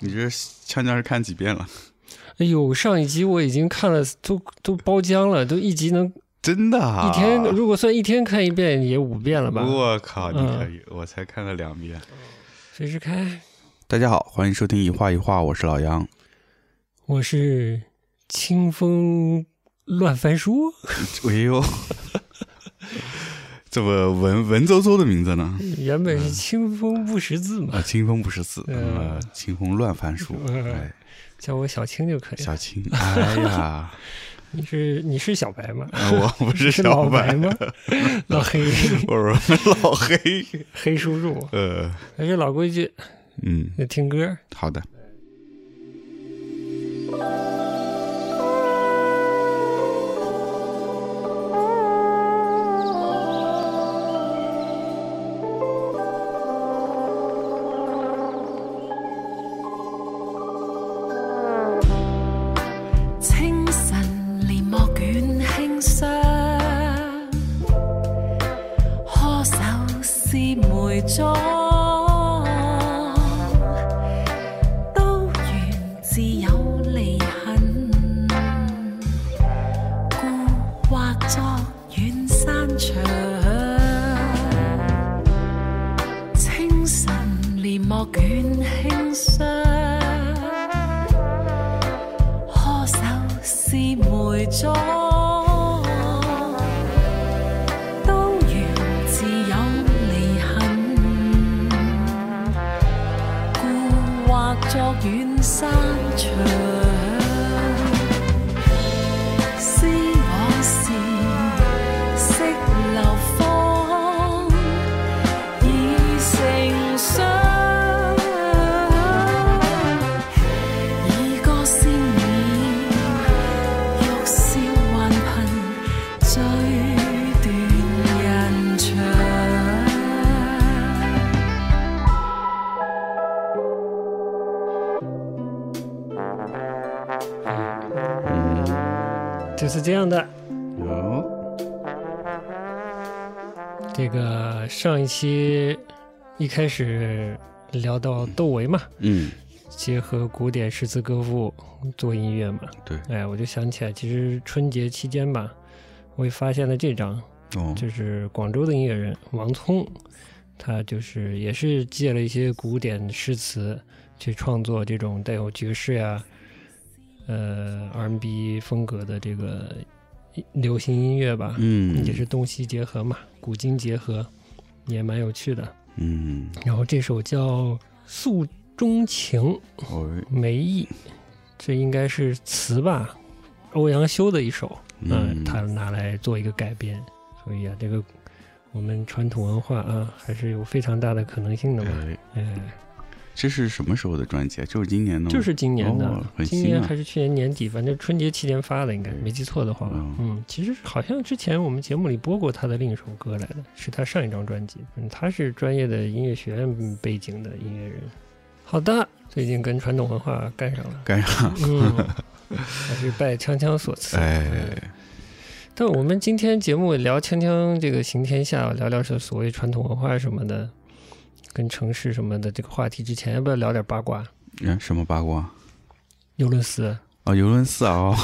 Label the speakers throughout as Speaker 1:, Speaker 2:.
Speaker 1: 你这锵锵是看几遍了？
Speaker 2: 哎呦，上一集我已经看了，都都包浆了，都一集能
Speaker 1: 真的啊！
Speaker 2: 一天，如果算一天看一遍，也五遍了吧？嗯
Speaker 1: 我靠，你可以，我才看了两遍。
Speaker 2: 随时开，
Speaker 1: 大家好，欢迎收听一画一画，我是老杨。
Speaker 2: 我是清风乱翻书，
Speaker 1: 哎呦， 这么文文绉绉的名字呢？
Speaker 2: 原本是清风不识字嘛，
Speaker 1: 啊，清风不识字，
Speaker 2: 嗯
Speaker 1: 呃，清风乱翻书，
Speaker 2: 嗯
Speaker 1: 哎，
Speaker 2: 叫我小青就可以了。
Speaker 1: 小青， 哎呀，
Speaker 2: 你是你是小白吗？
Speaker 1: 呃 我不是
Speaker 2: 是老
Speaker 1: 小
Speaker 2: 白
Speaker 1: 白
Speaker 2: 吗？ 老黑
Speaker 1: 我是老黑，
Speaker 2: 黑叔叔，
Speaker 1: 呃，
Speaker 2: 还是老规矩，
Speaker 1: 嗯，
Speaker 2: 得听歌。
Speaker 1: 好的，
Speaker 3: 清晨帘幕卷轻霜，呵手是梅妆，都源自有离恨，故画作远山长。清晨帘幕卷轻霜。呵手是梅妆，都源自有离恨，故画作远山长。思往事，惜流芳，已成霜。已歌先念，欲笑还频，追断人肠。
Speaker 2: 就是这样的。
Speaker 1: 哟，
Speaker 2: 这个上一期一开始聊到窦唯嘛，
Speaker 1: 嗯，
Speaker 2: 结合古典诗词歌赋做音乐嘛，
Speaker 1: 对，
Speaker 2: 哎，我就想起来，其实春节期间吧，我也发现了这张，
Speaker 1: 哦，
Speaker 2: 就是广州的音乐人王聪，他就是也是借了一些古典诗词去创作这种带有爵士呀、呃 R&B 风格的这个流行音乐吧，
Speaker 1: 嗯，
Speaker 2: 也是，东西结合嘛，古今结合，也蛮有趣的。
Speaker 1: 嗯，
Speaker 2: 然后这首叫《诉衷情》，
Speaker 1: 哦，
Speaker 2: 梅忆，这应该是词吧，欧阳修的一首，嗯，他拿来做一个改编，所以啊，这个我们传统文化啊，还是有非常大的可能性的嘛。
Speaker 1: 哎，
Speaker 2: 嗯，
Speaker 1: 这是什么时候的专辑啊？就是今年的吗？
Speaker 2: 就是今年的
Speaker 1: 哦，很
Speaker 2: 今
Speaker 1: 新
Speaker 2: 年
Speaker 1: 啊
Speaker 2: 还是去年年底，反正春节期间发的，应该
Speaker 1: 对
Speaker 2: 没记错的话吧
Speaker 1: 嗯。
Speaker 2: 嗯，其实好像之前我们节目里播过他的另一首歌来的，是他上一张专辑。嗯，他是专业的音乐学院背景的音乐人。好的，最近跟传统文化干上了。
Speaker 1: 该上，
Speaker 2: 嗯， 还是拜锵锵所赐。嗯
Speaker 1: 哎，
Speaker 2: 但我们今天节目聊锵锵这个行天下，聊聊是所谓传统文化什么的，跟城市什么的这个话题之前，要不要聊点八卦？
Speaker 1: 嗯，什么八卦？
Speaker 2: 尤伦斯，
Speaker 1: 哦，尤伦斯啊，哦，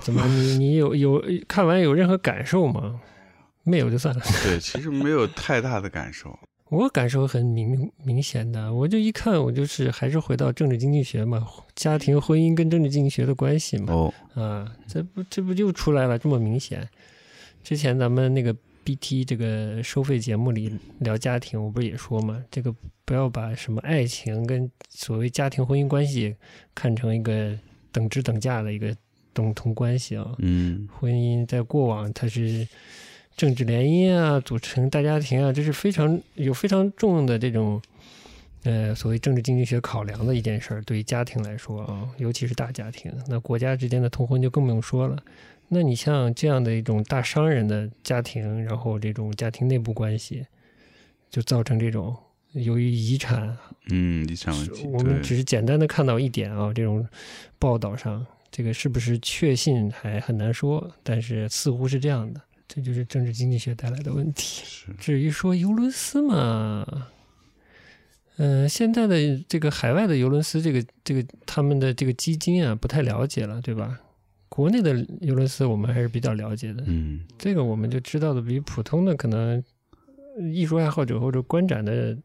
Speaker 2: 怎么你 你有有看完有任何感受吗？没有就算了，
Speaker 1: 对，其实没有太大的感受。
Speaker 2: 我感受很明明显的，我就一看我就是还是回到政治经济学嘛，家庭婚姻跟政治经济学的关系 嘛。
Speaker 1: 哦，
Speaker 2: 啊，这不这不就出来了，这么明显。之前咱们那个 BT 这个收费节目里聊家庭，我不是也说嘛，这个不要把什么爱情跟所谓家庭婚姻关系看成一个等值等价的一个等同关系啊。
Speaker 1: 嗯，
Speaker 2: 婚姻在过往它是政治联姻啊，组成大家庭啊，这是非常有非常重的这种呃所谓政治经济学考量的一件事儿。对于家庭来说啊，尤其是大家庭，那国家之间的通婚就更不用说了。那你像这样的一种大商人的家庭，然后这种家庭内部关系，就造成这种由于遗产
Speaker 1: 嗯，遗产问
Speaker 2: 是
Speaker 1: 题，
Speaker 2: 我们
Speaker 1: 对
Speaker 2: 只是简单的看到一点啊，这种报道上，这个是不是确信还很难说，但是似乎是这样的，这就是政治经济学带来的问题。
Speaker 1: 是
Speaker 2: 至于说尤伦斯嘛，嗯，现在的这个海外的尤伦斯，这个这个他们的这个基金啊，不太了解了，对吧？国内的尤伦斯我们还是比较了解的，
Speaker 1: 嗯
Speaker 2: 这个我们就知道的比普通的可能艺术爱好者或者观展的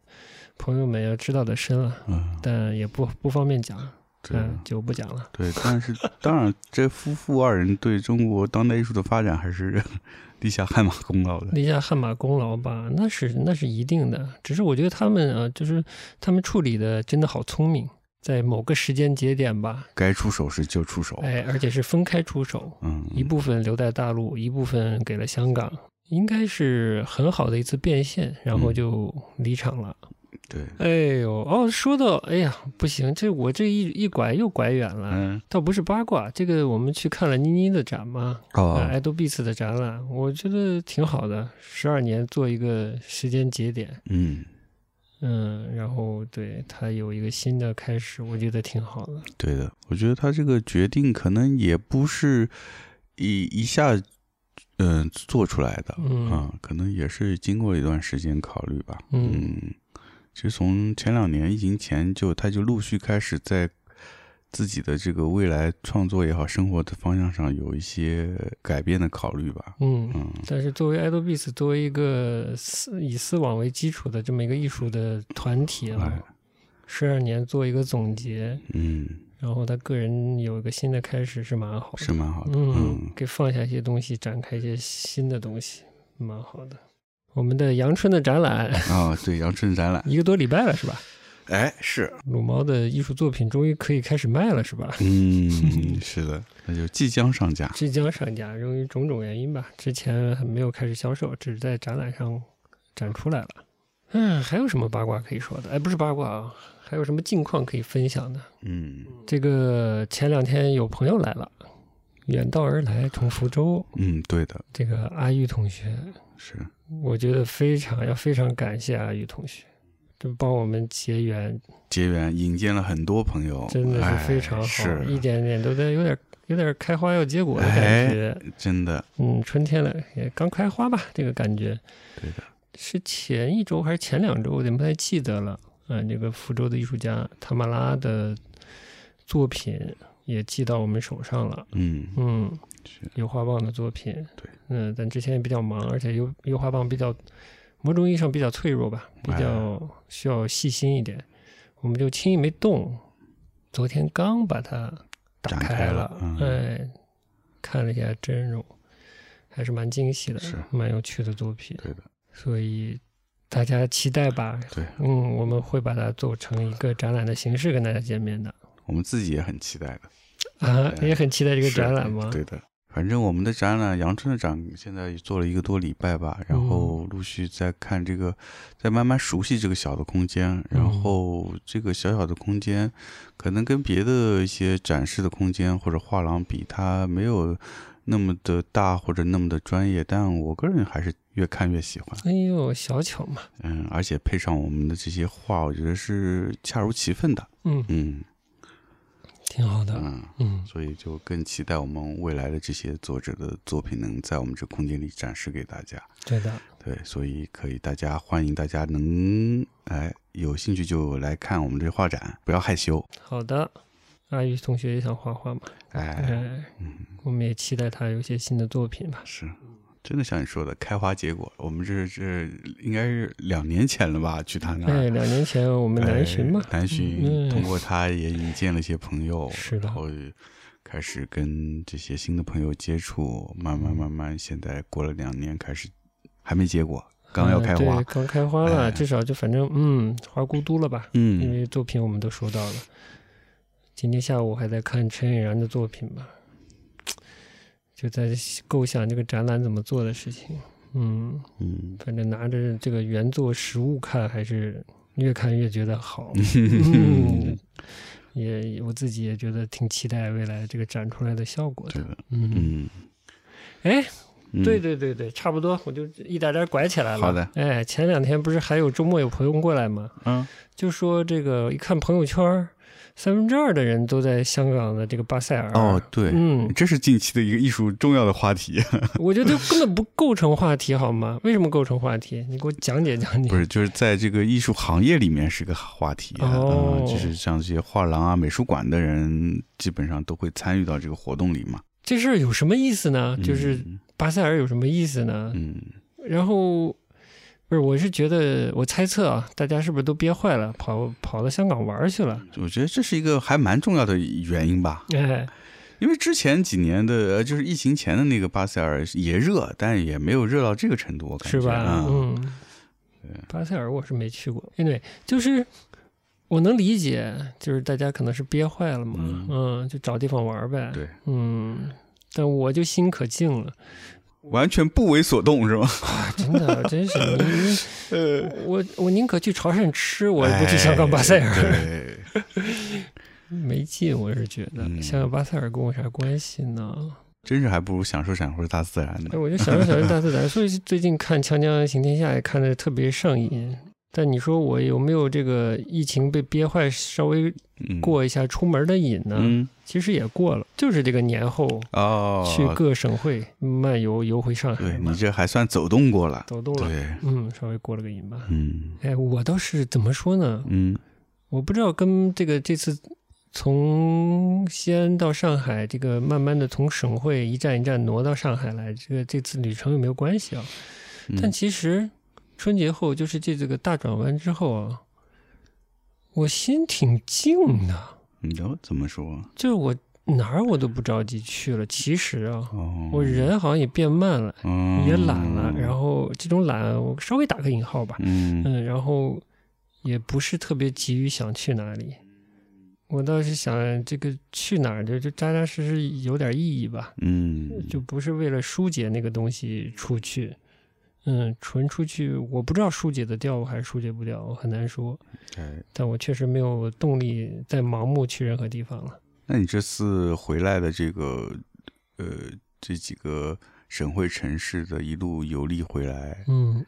Speaker 2: 朋友们要知道的深了，
Speaker 1: 啊，
Speaker 2: 但也不不方便讲，
Speaker 1: 对啊
Speaker 2: 嗯，就不讲了。
Speaker 1: 对，但是当然，这夫妇二人对中国当代艺术的发展还是 立下汗马功劳的。
Speaker 2: 立下汗马功劳吧，那是那是一定的，只是我觉得他们啊，就是他们处理的真的好聪明，在某个时间节点吧，
Speaker 1: 该出手时就出手，
Speaker 2: 哎，而且是分开出手，
Speaker 1: 嗯，
Speaker 2: 一部分留在大陆，一部分给了香港，应该是很好的一次变现，然
Speaker 1: 嗯
Speaker 2: 后就离场了。
Speaker 1: 对，
Speaker 2: 哎呦，哦，说到，哎呀，不行，这我这一一拐又拐远了。
Speaker 1: 嗯，
Speaker 2: 倒不是八卦，这个我们去看了妮妮的展嘛，
Speaker 1: 哦
Speaker 2: 啊，爱豆 beats 的展览，我觉得挺好的。十二年做一个时间节点，
Speaker 1: 嗯，
Speaker 2: 嗯，然后对它有一个新的开始，我觉得挺好的。
Speaker 1: 对的，我觉得他这个决定可能也不是一一下嗯、做出来的，
Speaker 2: 嗯
Speaker 1: 啊，可能也是经过一段时间考虑吧。
Speaker 2: 嗯
Speaker 1: 其实从前两年疫情前就，他就陆续开始在自己的这个未来创作也好，生活的方向上有一些改变的考虑吧。
Speaker 2: 嗯，
Speaker 1: 嗯，
Speaker 2: 但是作为 Idol Beats，作为一个丝以丝网为基础的这么一个艺术的团体
Speaker 1: 哎
Speaker 2: 啊，十二年做一个总结，
Speaker 1: 嗯，
Speaker 2: 然后他个人有一个新的开始是蛮好的，
Speaker 1: 是蛮好的。
Speaker 2: 嗯
Speaker 1: 嗯，，
Speaker 2: 给放下一些东西，展开一些新的东西，蛮好的。我们的阳春的展览
Speaker 1: 啊、对，阳春展览，
Speaker 2: 一个多礼拜了是吧？
Speaker 1: 哎，是，
Speaker 2: 鲁猫的艺术作品终于可以开始卖了是吧？
Speaker 1: 嗯，是的，那就即将上架。
Speaker 2: 即将上架，由于种种原因吧，之前还没有开始销售，只是在展览上展出来了。嗯，还有什么八卦可以说的？哎，不是八卦啊，还有什么近况可以分享的？
Speaker 1: 嗯
Speaker 2: 这个前两天有朋友来了，远道而来从福州，
Speaker 1: 嗯，对的，
Speaker 2: 这个阿玉同学，
Speaker 1: 是，
Speaker 2: 我觉得非常要非常感谢阿玉同学，这帮我们结缘，
Speaker 1: 结缘引荐了很多朋友，
Speaker 2: 真的
Speaker 1: 哎
Speaker 2: 是非常好，一
Speaker 1: 是
Speaker 2: 点点都在有点有点开花要结果的
Speaker 1: 哎
Speaker 2: 感觉。
Speaker 1: 真的，
Speaker 2: 嗯，春天了，也刚开花吧，这个感觉
Speaker 1: 对的，
Speaker 2: 是前一周还是前两周，我有点不太记得了。嗯，这个福州的艺术家塔马拉的作品也寄到我们手上了。
Speaker 1: 嗯，
Speaker 2: 嗯，
Speaker 1: 是
Speaker 2: 油画棒的作品。
Speaker 1: 对，
Speaker 2: 嗯，但之前也比较忙，而且油油画棒比较某种意义上比较脆弱吧，比较
Speaker 1: 哎
Speaker 2: 需要细心一点，我们就轻易没动。昨天刚把它打
Speaker 1: 展
Speaker 2: 开
Speaker 1: 开
Speaker 2: 了
Speaker 1: 了，嗯
Speaker 2: 哎，看了一下真容，还是蛮惊喜的，
Speaker 1: 是
Speaker 2: 蛮有趣的作品，
Speaker 1: 对的，
Speaker 2: 所以。大家期待吧，
Speaker 1: 对，
Speaker 2: 嗯，我们会把它做成一个展览的形式跟大家见面的
Speaker 1: 我们自己也很期待的。
Speaker 2: 啊，
Speaker 1: 对
Speaker 2: 也很期待这个
Speaker 1: 哎是
Speaker 2: 展览吗？
Speaker 1: 对的，反正我们的展览，阳春的展现在做了一个多礼拜吧，然
Speaker 2: 嗯
Speaker 1: 后陆续在看这个，在慢慢熟悉这个小的空间，然
Speaker 2: 嗯
Speaker 1: 后这个小小的空间，可能跟别的一些展示的空间或者画廊比，它没有那么的大或者那么的专业，但我个人还是越看越喜欢，
Speaker 2: 哎呦，小巧嘛，
Speaker 1: 嗯，而且配上我们的这些画，我觉得是恰如其分的，
Speaker 2: 嗯，
Speaker 1: 嗯
Speaker 2: 挺好的，
Speaker 1: 嗯。
Speaker 2: 嗯，
Speaker 1: 所以就更期待我们未来的这些作者的作品能在我们这空间里展示给大家。
Speaker 2: 对的，
Speaker 1: 对，所以可以大家欢迎大家能哎有兴趣就来看我们这画展，不要害羞。
Speaker 2: 好的。阿玉同学也想画画嘛，
Speaker 1: 哎，
Speaker 2: 哎，
Speaker 1: 嗯，
Speaker 2: 我们也期待他有一些新的作品吧。
Speaker 1: 是。真的像你说的，开花结果。我们这这应该是两年前了吧？去他那
Speaker 2: 哎，
Speaker 1: 儿，
Speaker 2: 两年前我们南巡嘛，
Speaker 1: 哎南巡
Speaker 2: 嗯
Speaker 1: 通过他也引荐了一些朋友，
Speaker 2: 是的
Speaker 1: 然后开始跟这些新的朋友接触，慢
Speaker 2: 嗯
Speaker 1: 慢慢慢，现在过了两年，开始还没结果，刚要
Speaker 2: 嗯
Speaker 1: 开花
Speaker 2: 对，，刚开花了，
Speaker 1: 哎
Speaker 2: 至少就反正嗯，花咕嘟了吧，因
Speaker 1: 嗯，
Speaker 2: 为作品我们都收到了。今天下午还在看陈远然的作品吧，就在构想这个展览怎么做的事情。嗯，
Speaker 1: 嗯，
Speaker 2: 反正拿着这个原作实物看，还是越看越觉 得好。嗯，也我自己也觉得挺期待未来这个展出来的效果的
Speaker 1: 对。的，
Speaker 2: 嗯，
Speaker 1: 嗯，
Speaker 2: 哎，
Speaker 1: 嗯
Speaker 2: 对对对对，差不多，我就一点点拐起来了。
Speaker 1: 好的，
Speaker 2: 哎，前两天不是还有周末有朋友过来吗？
Speaker 1: 嗯
Speaker 2: 就说这个一看朋友圈儿，三分之二的人都在香港的这个巴塞尔。
Speaker 1: 哦，对，
Speaker 2: 嗯，
Speaker 1: 这是近期的一个艺术重要的话题，
Speaker 2: 我觉得根本不构成话题，好吗？为什么构成话题？你给我讲解讲解。
Speaker 1: 不是就是在这个艺术行业里面是个话题啊，
Speaker 2: 哦
Speaker 1: 嗯就是像这些画廊啊、美术馆的人，基本上都会参与到这个活动里嘛。
Speaker 2: 这事儿有什么意思呢？就是
Speaker 1: 嗯
Speaker 2: 巴塞尔有什么意思呢？
Speaker 1: 嗯
Speaker 2: 然后不是，我是觉得，我猜测啊，大家是不是都憋坏了，跑跑到香港玩儿去了？
Speaker 1: 我觉得这是一个还蛮重要的原因吧，
Speaker 2: 哎，
Speaker 1: 因为之前几年的呃，就是疫情前的那个巴塞尔也热，但也没有热到这个程度，我感觉
Speaker 2: 是吧？
Speaker 1: 嗯
Speaker 2: 嗯，巴塞尔我是没去过，因为就是我能理解，就是大家可能是憋坏了嘛，嗯
Speaker 1: 嗯
Speaker 2: 就找地方玩儿呗。
Speaker 1: 对，
Speaker 2: 嗯，但我就心可静了，
Speaker 1: 完全不为所动是吗？
Speaker 2: 真的，真是 你
Speaker 1: 呃，
Speaker 2: 你我我宁可去潮汕吃，我也不去香港巴塞尔，
Speaker 1: 哎对，
Speaker 2: 没劲，我是觉得、
Speaker 1: 嗯
Speaker 2: 香港巴塞尔跟我啥关系呢？
Speaker 1: 真是还不如享受享受大自然呢
Speaker 2: 哎，。 我就享受享受大自然，所以最近看《锵锵行天下》也看的特别上瘾。但你说我有没有这个疫情被憋坏，稍微
Speaker 1: 嗯，
Speaker 2: 过一下出门的瘾呢？
Speaker 1: 嗯
Speaker 2: 其实也过了，就是这个年后
Speaker 1: 哦，
Speaker 2: 去各省会漫游游回上海
Speaker 1: 对
Speaker 2: 嘛
Speaker 1: 你，这还算走动过了，
Speaker 2: 走动了，
Speaker 1: 对，
Speaker 2: 嗯，稍微过了个瘾吧。
Speaker 1: 嗯
Speaker 2: 哎，我倒是怎么说呢？
Speaker 1: 嗯
Speaker 2: 我不知道跟这个这次从西安到上海，这个慢慢的从省会一站一站挪到上海来，这个这次旅程有没有关系啊？
Speaker 1: 嗯
Speaker 2: 但其实春节后，就是这这个大转弯之后啊，我心挺静的，
Speaker 1: 你都怎么说？
Speaker 2: 就是我哪儿我都不着急去了。其实啊，
Speaker 1: 哦，
Speaker 2: 我人好像也变慢了，
Speaker 1: 嗯
Speaker 2: 也懒了。然后这种懒，我稍微打个引号吧，
Speaker 1: 嗯
Speaker 2: 嗯，然后也不是特别急于想去哪里。我倒是想，这个去哪儿就就扎扎实实有点意义吧，
Speaker 1: 嗯，
Speaker 2: 就不是为了疏解那个东西出去。嗯，纯出去，我不知道疏解得掉还是疏解不掉，我很难说。
Speaker 1: 哎，
Speaker 2: 但我确实没有动力再盲目去任何地方了。
Speaker 1: 那你这次回来的这个呃这几个省会城市的一路游历回来，
Speaker 2: 嗯，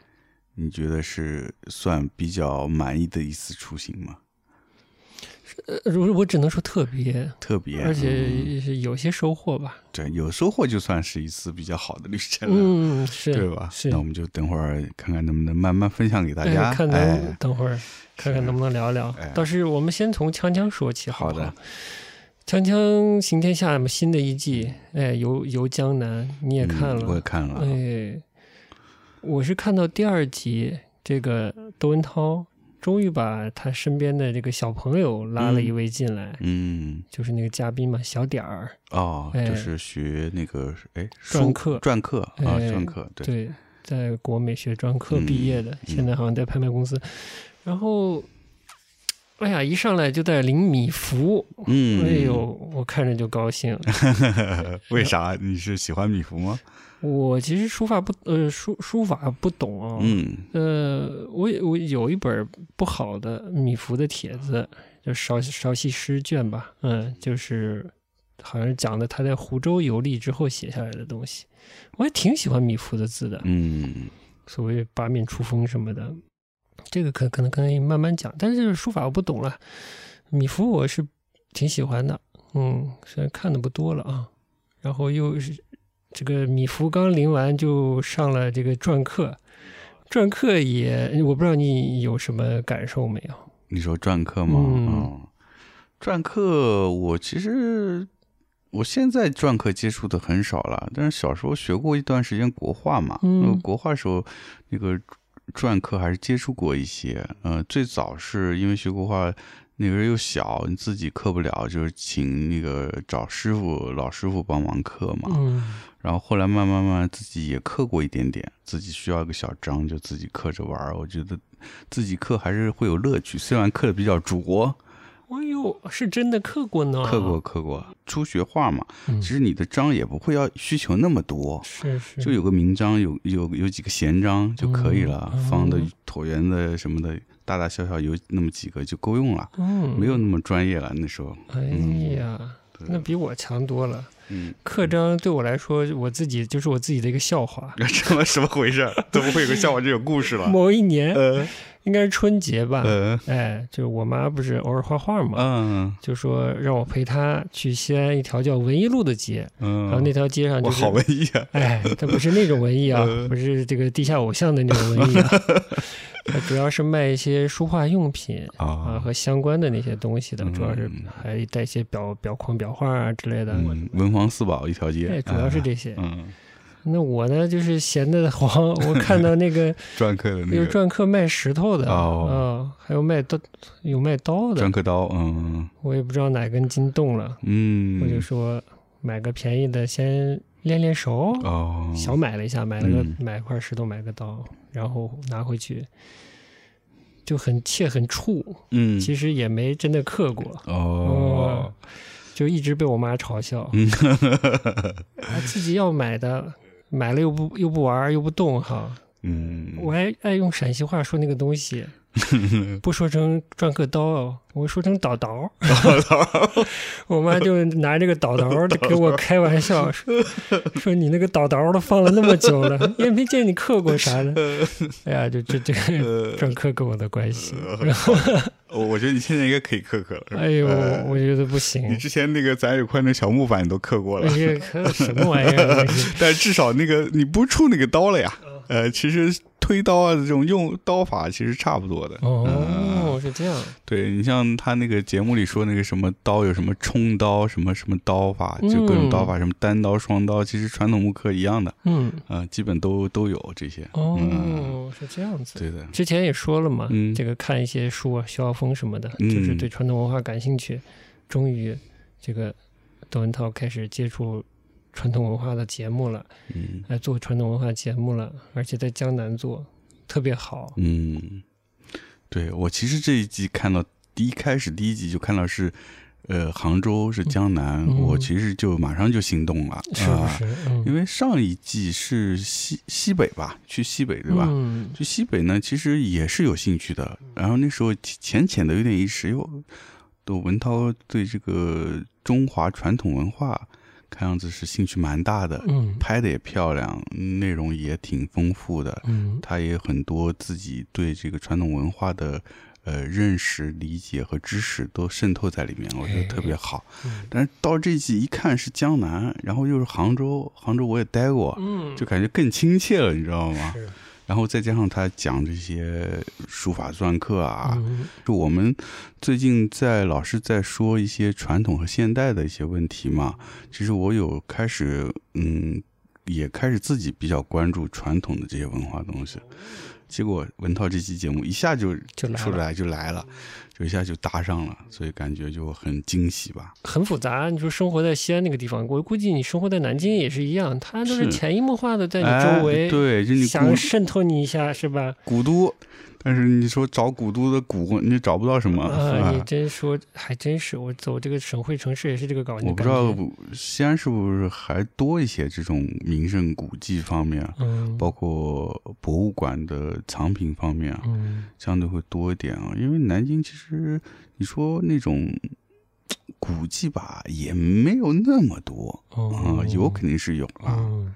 Speaker 1: 你觉得是算比较满意的一次出行吗？
Speaker 2: 呃，如我只能说特别，
Speaker 1: 特别，
Speaker 2: 而
Speaker 1: 嗯
Speaker 2: 且是有些收获吧。
Speaker 1: 对有收获就算是一次比较好的旅程了。
Speaker 2: 嗯，是，
Speaker 1: 对吧？
Speaker 2: 是
Speaker 1: 那我们就等会儿看看能不能慢慢分享给大家。
Speaker 2: 哎、看能、
Speaker 1: 哎
Speaker 2: 等会儿看看能不能聊聊。
Speaker 1: 哎
Speaker 2: 倒是我们先从锵锵说起好不
Speaker 1: 好的
Speaker 2: 锵锵行天下嘛，新的一季，哎，游游江南，你也看
Speaker 1: 嗯嗯我也
Speaker 2: 了，
Speaker 1: 看了。
Speaker 2: 哎，我是看到第二集，这个窦文涛终于把他身边的这个小朋友拉了一位进来，
Speaker 1: 嗯，
Speaker 2: 就是那个嘉宾嘛，小点儿，
Speaker 1: 哦，
Speaker 2: 哎
Speaker 1: 就是学那个哎，
Speaker 2: 篆
Speaker 1: 书
Speaker 2: 刻
Speaker 1: 篆刻啊，
Speaker 2: 哎
Speaker 1: 篆刻，对，
Speaker 2: 对，在国美学专科毕业的，
Speaker 1: 嗯
Speaker 2: 现在好像在拍卖公司。然后，哎呀，一上来就在领米芾，
Speaker 1: 嗯，
Speaker 2: 哎呦，，我看着就 高兴。
Speaker 1: 为啥你是喜欢米芾吗？
Speaker 2: 我其实书法不呃书书法不懂啊、
Speaker 1: 嗯，
Speaker 2: 呃，我也我有一本不好的米芾的帖子，就少少系诗卷吧，嗯，就是好像是讲的他在湖州游历之后写下来的东西。我还挺喜欢米芾的字的，
Speaker 1: 嗯，
Speaker 2: 所谓八面出风什么的，这个可可能可以慢慢讲。但是书法我不懂了，米芾我是挺喜欢的，嗯，虽然看的不多了啊，然后又是这个米芾刚临完就上了这个篆刻，篆刻也我不知道你有什么感受没有？
Speaker 1: 你说篆刻吗？
Speaker 2: 嗯
Speaker 1: 哦，篆刻，我其实我现在篆刻接触的很少了，但是小时候学过一段时间国画嘛，
Speaker 2: 嗯
Speaker 1: 那个国画时候那个篆刻还是接触过一些。呃，最早是因为学国画。那个时候又小，你自己刻不了，就是请那个找师傅、老师傅帮忙刻嘛。
Speaker 2: 嗯
Speaker 1: 然后后来慢慢慢慢自己也刻过一点点，自己需要一个小章就自己刻着玩儿。我觉得自己刻还是会有乐趣，虽然刻的比较拙，
Speaker 2: 哎呦，是真的刻过呢，
Speaker 1: 刻过，刻过。初学画嘛，
Speaker 2: 嗯、
Speaker 1: 其实你的章也不会要需求那么多，
Speaker 2: 是是，
Speaker 1: 就有个名章，有有有几个闲章就可以了
Speaker 2: 嗯，
Speaker 1: 方的
Speaker 2: 嗯、
Speaker 1: 椭圆的什么的，大大小小有那么几个就够用了，嗯
Speaker 2: 嗯
Speaker 1: 没有那么专业了那时候。
Speaker 2: 哎呀，
Speaker 1: 对
Speaker 2: 那比我强多了。
Speaker 1: 嗯，
Speaker 2: 刻章对我来说，我自己就是我自己的一个笑话。
Speaker 1: 什么什么回事？怎么会有个像我这种故 事了？
Speaker 2: 某一年
Speaker 1: 呃
Speaker 2: 应该是春节吧，
Speaker 1: 呃
Speaker 2: 哎，就是我妈不是偶尔画画嘛，
Speaker 1: 嗯
Speaker 2: 就说让我陪她去西安一条叫文艺路的街，
Speaker 1: 嗯，
Speaker 2: 然后那条街上
Speaker 1: 我
Speaker 2: 就是
Speaker 1: 好文艺啊，
Speaker 2: 哎，它不是那种文艺啊，
Speaker 1: 嗯
Speaker 2: 不是这个地下偶像的那种 文艺啊，它主要是卖一些书画用品啊
Speaker 1: 啊，
Speaker 2: 和相关的那些东西的，主要是
Speaker 1: 嗯
Speaker 2: 还带一些表表框、表画啊之类的。
Speaker 1: 嗯，文房四宝一条街，
Speaker 2: 哎，主要是
Speaker 1: 啊，
Speaker 2: 这些。
Speaker 1: 嗯，
Speaker 2: 那我呢，就是闲得慌， 我看到那个
Speaker 1: 篆刻的那
Speaker 2: 有
Speaker 1: 个
Speaker 2: 篆刻卖石头的，
Speaker 1: 哦
Speaker 2: 啊，还有卖刀，有卖刀的
Speaker 1: 篆，刻刀，嗯
Speaker 2: 我也不知道哪根筋动了，
Speaker 1: 嗯，
Speaker 2: 我就说买个便宜的先练练手，
Speaker 1: 哦，
Speaker 2: 小买了一下，买了个、
Speaker 1: 嗯
Speaker 2: 买块石头，买个刀，然后拿回去，就很切很怵，
Speaker 1: 嗯，
Speaker 2: 其实也没真的刻过，
Speaker 1: 哦，
Speaker 2: 就一直被我妈嘲笑，
Speaker 1: 嗯
Speaker 2: 啊自己要买的。买了又不又不玩儿又不动哈，
Speaker 1: 嗯，
Speaker 2: 我还爱用陕西话说那个 东西，不说成篆刻刀哦，我说成倒刀。 我妈就拿这个倒刀儿给我开 玩笑，说说你那个倒刀儿都放了那么久了，也没见你刻过啥 的。哎呀，就这这个篆刻跟我的关系，
Speaker 1: 呃哦我我觉得你现在应该可以刻刻了是吧。
Speaker 2: 哎呦，
Speaker 1: 呃
Speaker 2: 我觉得不行
Speaker 1: 你，之前那个咱有块那小木板你都刻过
Speaker 2: 哎
Speaker 1: 了，
Speaker 2: 呀，可什么玩意儿？
Speaker 1: 但至少那个你不触那个刀了呀。
Speaker 2: 嗯
Speaker 1: 呃，其实推刀啊这种用刀法其实差不多的。
Speaker 2: 哦，是这样，
Speaker 1: 对你像他那个节目里说那个什么刀有什么冲刀什么什么刀法，就各种刀法，什么单刀双刀，其实传统木刻一样的，
Speaker 2: 嗯，
Speaker 1: 呃，基本都都有这些。嗯，
Speaker 2: 哦，是这样子。
Speaker 1: 对的，
Speaker 2: 之前也说了嘛，
Speaker 1: 嗯
Speaker 2: 这个看一些书啊，萧晓峰什么的，
Speaker 1: 嗯
Speaker 2: 就是对传统文化感兴趣。终于，这个窦文涛开始接触传统文化的节目了，
Speaker 1: 嗯
Speaker 2: 来做传统文化节目了，而且在江南做，特别好。
Speaker 1: 嗯，对我其实这一季看到第一开始第一集就看到是。呃，杭州是江南，
Speaker 2: 嗯
Speaker 1: 我其实就马上就心动了，
Speaker 2: 是不
Speaker 1: 啊
Speaker 2: 是？嗯，
Speaker 1: 因为上一季是西西北吧，去西北对吧？
Speaker 2: 嗯
Speaker 1: 去西北呢，其实也是有兴趣的。然后那时候浅浅的有点意识，哟，窦文涛对这个中华传统文化看样子是兴趣蛮大的，
Speaker 2: 嗯
Speaker 1: 拍的也漂亮，内容也挺丰富的。
Speaker 2: 嗯
Speaker 1: 他也有很多自己对这个传统文化的呃认识、理解和知识都渗透在里面，我觉得特别好。
Speaker 2: 嗯
Speaker 1: 但是到这季一看是江南，然后又是杭州，杭州我也待过，
Speaker 2: 嗯，
Speaker 1: 就感觉更亲切了，你知道吗？
Speaker 2: 是
Speaker 1: 然后再加上他讲这些书法篆刻啊，
Speaker 2: 嗯
Speaker 1: 就我们最近在老是在说一些传统和现代的一些问题嘛。其实我有开始，嗯，也开始自己比较关注传统的这些文化东西。结果文涛这期节目一下就
Speaker 2: 就来了
Speaker 1: 出来就来了，就一下就搭上了，所以感觉就很惊喜吧。
Speaker 2: 很复杂。你说生活在西安那个地方，我估计你生活在南京也是一样，它都是
Speaker 1: 是
Speaker 2: 潜移默化的在
Speaker 1: 哎
Speaker 2: 你周围，
Speaker 1: 对，就你
Speaker 2: 想
Speaker 1: 古
Speaker 2: 渗透你一下，是吧？
Speaker 1: 古都，但是你说找古都的古，你找不到什么。
Speaker 2: 啊，
Speaker 1: 啊
Speaker 2: 你真说还真是，我走这个省会城市也是这个搞，
Speaker 1: 我不知道，西安是不是还多一些这种名胜古迹方面啊，
Speaker 2: 嗯，
Speaker 1: 包括博物馆的藏品方面啊，
Speaker 2: 嗯
Speaker 1: 相对会多一点啊。因为南京其实你说那种嘖古迹吧，也没有那么多啊
Speaker 2: 哦，，
Speaker 1: 有肯定是有啦。
Speaker 2: 嗯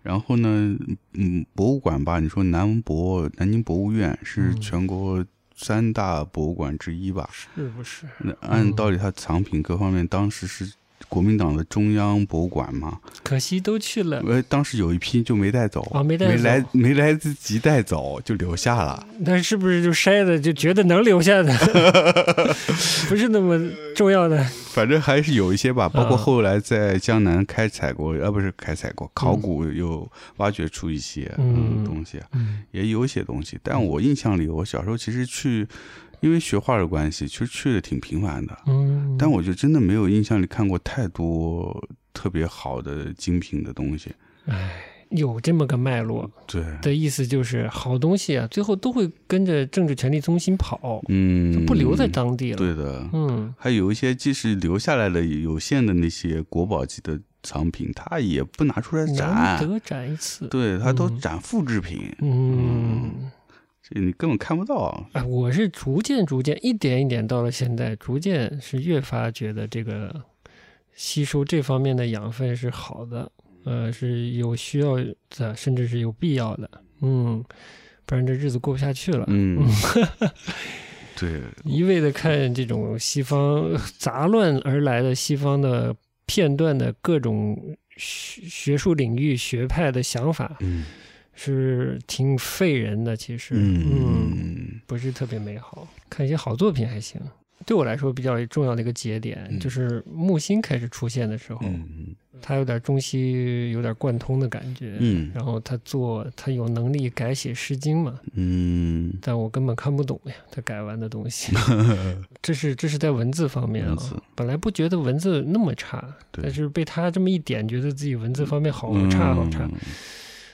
Speaker 1: 然后呢，嗯，博物馆吧，你说南博南京博物院是
Speaker 2: 嗯
Speaker 1: 全国三大博物馆之一吧？
Speaker 2: 是不是？
Speaker 1: 那按道理，它藏品各方面当时是国民党的中央博物馆嘛，
Speaker 2: 可惜都去了，
Speaker 1: 呃，当时有一批就没带走，
Speaker 2: 哦没带走
Speaker 1: 来没来得及带走就留下了。
Speaker 2: 那是不是就筛的就觉得能留 下的，不是那么重要的？
Speaker 1: 反正还是有一些吧，包括
Speaker 2: 啊
Speaker 1: 后来在江南开采过，呃、不是开采过，考古又挖掘出一些
Speaker 2: 嗯
Speaker 1: 东西，啊
Speaker 2: 嗯
Speaker 1: 也有一些东西。但我印象里，我小时候其实去，因为学画的关系，其实去的挺频繁的。
Speaker 2: 嗯，
Speaker 1: 但我就真的没有印象里看过太多特别好的精品的东西。
Speaker 2: 有这么个脉络
Speaker 1: 对，
Speaker 2: 的意思就是，好东西啊，最后都会跟着政治权力中心跑，就
Speaker 1: 嗯，
Speaker 2: 不留在当地了。
Speaker 1: 对的，
Speaker 2: 嗯，
Speaker 1: 还有一些即使留下来了有限的那些国宝级的藏品，它也不拿出来
Speaker 2: 难
Speaker 1: 展，
Speaker 2: 得展一次。
Speaker 1: 对，它都
Speaker 2: 嗯
Speaker 1: 展复制品，
Speaker 2: 嗯。
Speaker 1: 这你根本看不到。
Speaker 2: 哎，我是逐渐逐渐一点一点到了现在，逐渐是越发觉得这个吸收这方面的养分是好的，呃，是有需要的，甚至是有必要的，嗯，不然这日子过不下去了。
Speaker 1: 嗯，对，
Speaker 2: 一味的看这种西方杂乱而来的西方的片段的各种学学术领域学派的想法，
Speaker 1: 嗯
Speaker 2: 是挺费人的。其实，嗯，
Speaker 1: 嗯
Speaker 2: 不是特别美好。看一些好作品还行。对我来说比较重要的一个节点，
Speaker 1: 嗯
Speaker 2: 就是木星开始出现的时候，
Speaker 1: 嗯
Speaker 2: 它有点中西有点贯通的感觉。
Speaker 1: 嗯
Speaker 2: 然后他做，他有能力改写《诗经》嘛？
Speaker 1: 嗯
Speaker 2: 但我根本看不懂呀，他改完的东 西。这是这是在文字方面啊
Speaker 1: 文字，
Speaker 2: 本来不觉得文字那么差，
Speaker 1: 对
Speaker 2: 但是被他这么一点，觉得自己文字方面好差好差。，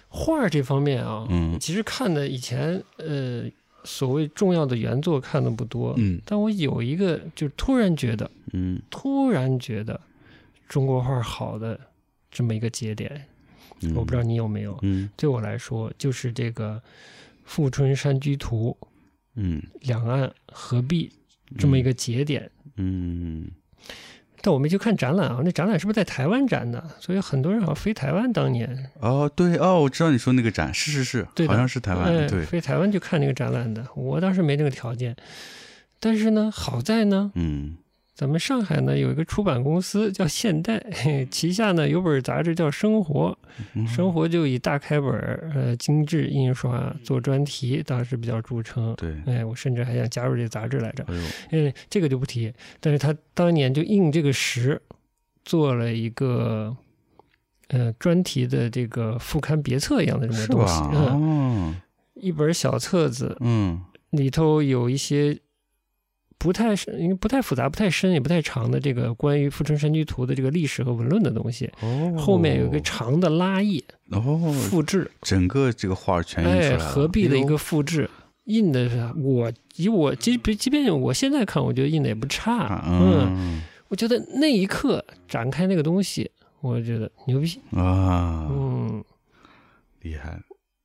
Speaker 2: 画儿这方面啊，
Speaker 1: 嗯
Speaker 2: 其实看的以前呃所谓重要的原作看的不多，
Speaker 1: 嗯
Speaker 2: 但我有一个就突然觉得，
Speaker 1: 嗯，
Speaker 2: 突然觉得中国画儿好的这么一个节点，我不知道，你有没有。
Speaker 1: 嗯
Speaker 2: 对我来说，就是这个《富春山居图》
Speaker 1: 嗯
Speaker 2: 两岸合璧这么一个节点。
Speaker 1: 嗯
Speaker 2: 但我没去看展览啊，那展览是不是在台湾展的？所以很多人好像飞台湾当年，
Speaker 1: 哦对哦，我知道你说那个展，是是是，
Speaker 2: 对的
Speaker 1: 好像是台
Speaker 2: 哎
Speaker 1: 湾，对，
Speaker 2: 飞台湾去看那个展览的。我当时没那个条件，但是呢，好在呢，
Speaker 1: 嗯
Speaker 2: 咱们上海呢有一个出版公司叫现代，嘿旗下呢有本杂志叫《生活》，
Speaker 1: 嗯
Speaker 2: 《生活》就以大开本儿呃精致印刷做专题，当时比较著称。
Speaker 1: 对，
Speaker 2: 哎，我甚至还想加入这杂志来着。
Speaker 1: 哎呦，
Speaker 2: 嗯，这个就不提。但是他当年就应这个时，做了一个呃专题的这个副刊别册一样的这么
Speaker 1: 是
Speaker 2: 东西，
Speaker 1: 吧？
Speaker 2: 嗯，
Speaker 1: 哦，
Speaker 2: 一本小册子，
Speaker 1: 嗯
Speaker 2: 里头有一些不太深、因为不太复杂、不太深也不太长的这个关于《富春山居图》的这个历史和文论的东西。
Speaker 1: 哦，
Speaker 2: 后面有一个长的拉页
Speaker 1: 哦，
Speaker 2: 复制，
Speaker 1: 整个这个画儿全印出
Speaker 2: 哎，
Speaker 1: 来了，
Speaker 2: 合璧的一
Speaker 1: 哎呦
Speaker 2: 个复制，印的是我以我即即便我现在看，我觉得印的也不差，
Speaker 1: 啊
Speaker 2: 嗯。
Speaker 1: 嗯
Speaker 2: 我觉得那一刻展开那个东西，我觉得牛逼，
Speaker 1: 啊，
Speaker 2: 嗯，
Speaker 1: 厉害，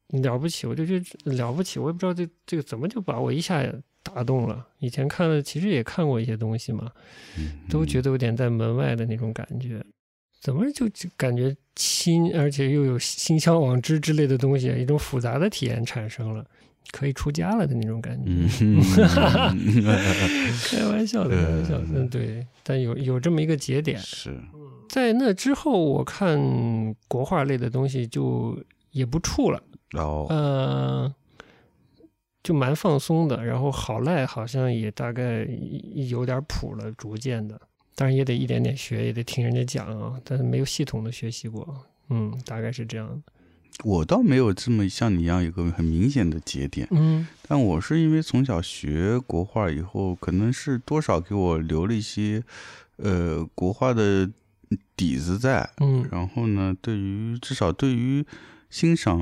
Speaker 2: 了不起，我就觉得了不起。我也不知道这这个怎么就把我一下打动了。以前看了，其实也看过一些东西嘛，
Speaker 1: 嗯
Speaker 2: 都觉得有点在门外的那种感觉，怎么就就感觉亲，而且又有心向往之之类的东西，一种复杂的体验产生了，可以出家了的那种感觉。
Speaker 1: 嗯，嗯
Speaker 2: 开玩笑 的，开玩笑的，
Speaker 1: 嗯
Speaker 2: 嗯，对。但有有这么一个节点，
Speaker 1: 是，
Speaker 2: 在那之后，我看国画类的东西就也不怵了，
Speaker 1: 然后
Speaker 2: 呃，就蛮放松的。然后好赖好像也大概一有点谱了，逐渐的，当然也得一点点学，也得听人家讲啊，但是没有系统的学习过。嗯，大概是这样的。
Speaker 1: 我倒没有这么像你一样有个很明显的节点，
Speaker 2: 嗯
Speaker 1: 但我是因为从小学国画以后，可能是多少给我留了一些呃国画的底子在，
Speaker 2: 嗯
Speaker 1: 然后呢，对于至少对于欣赏。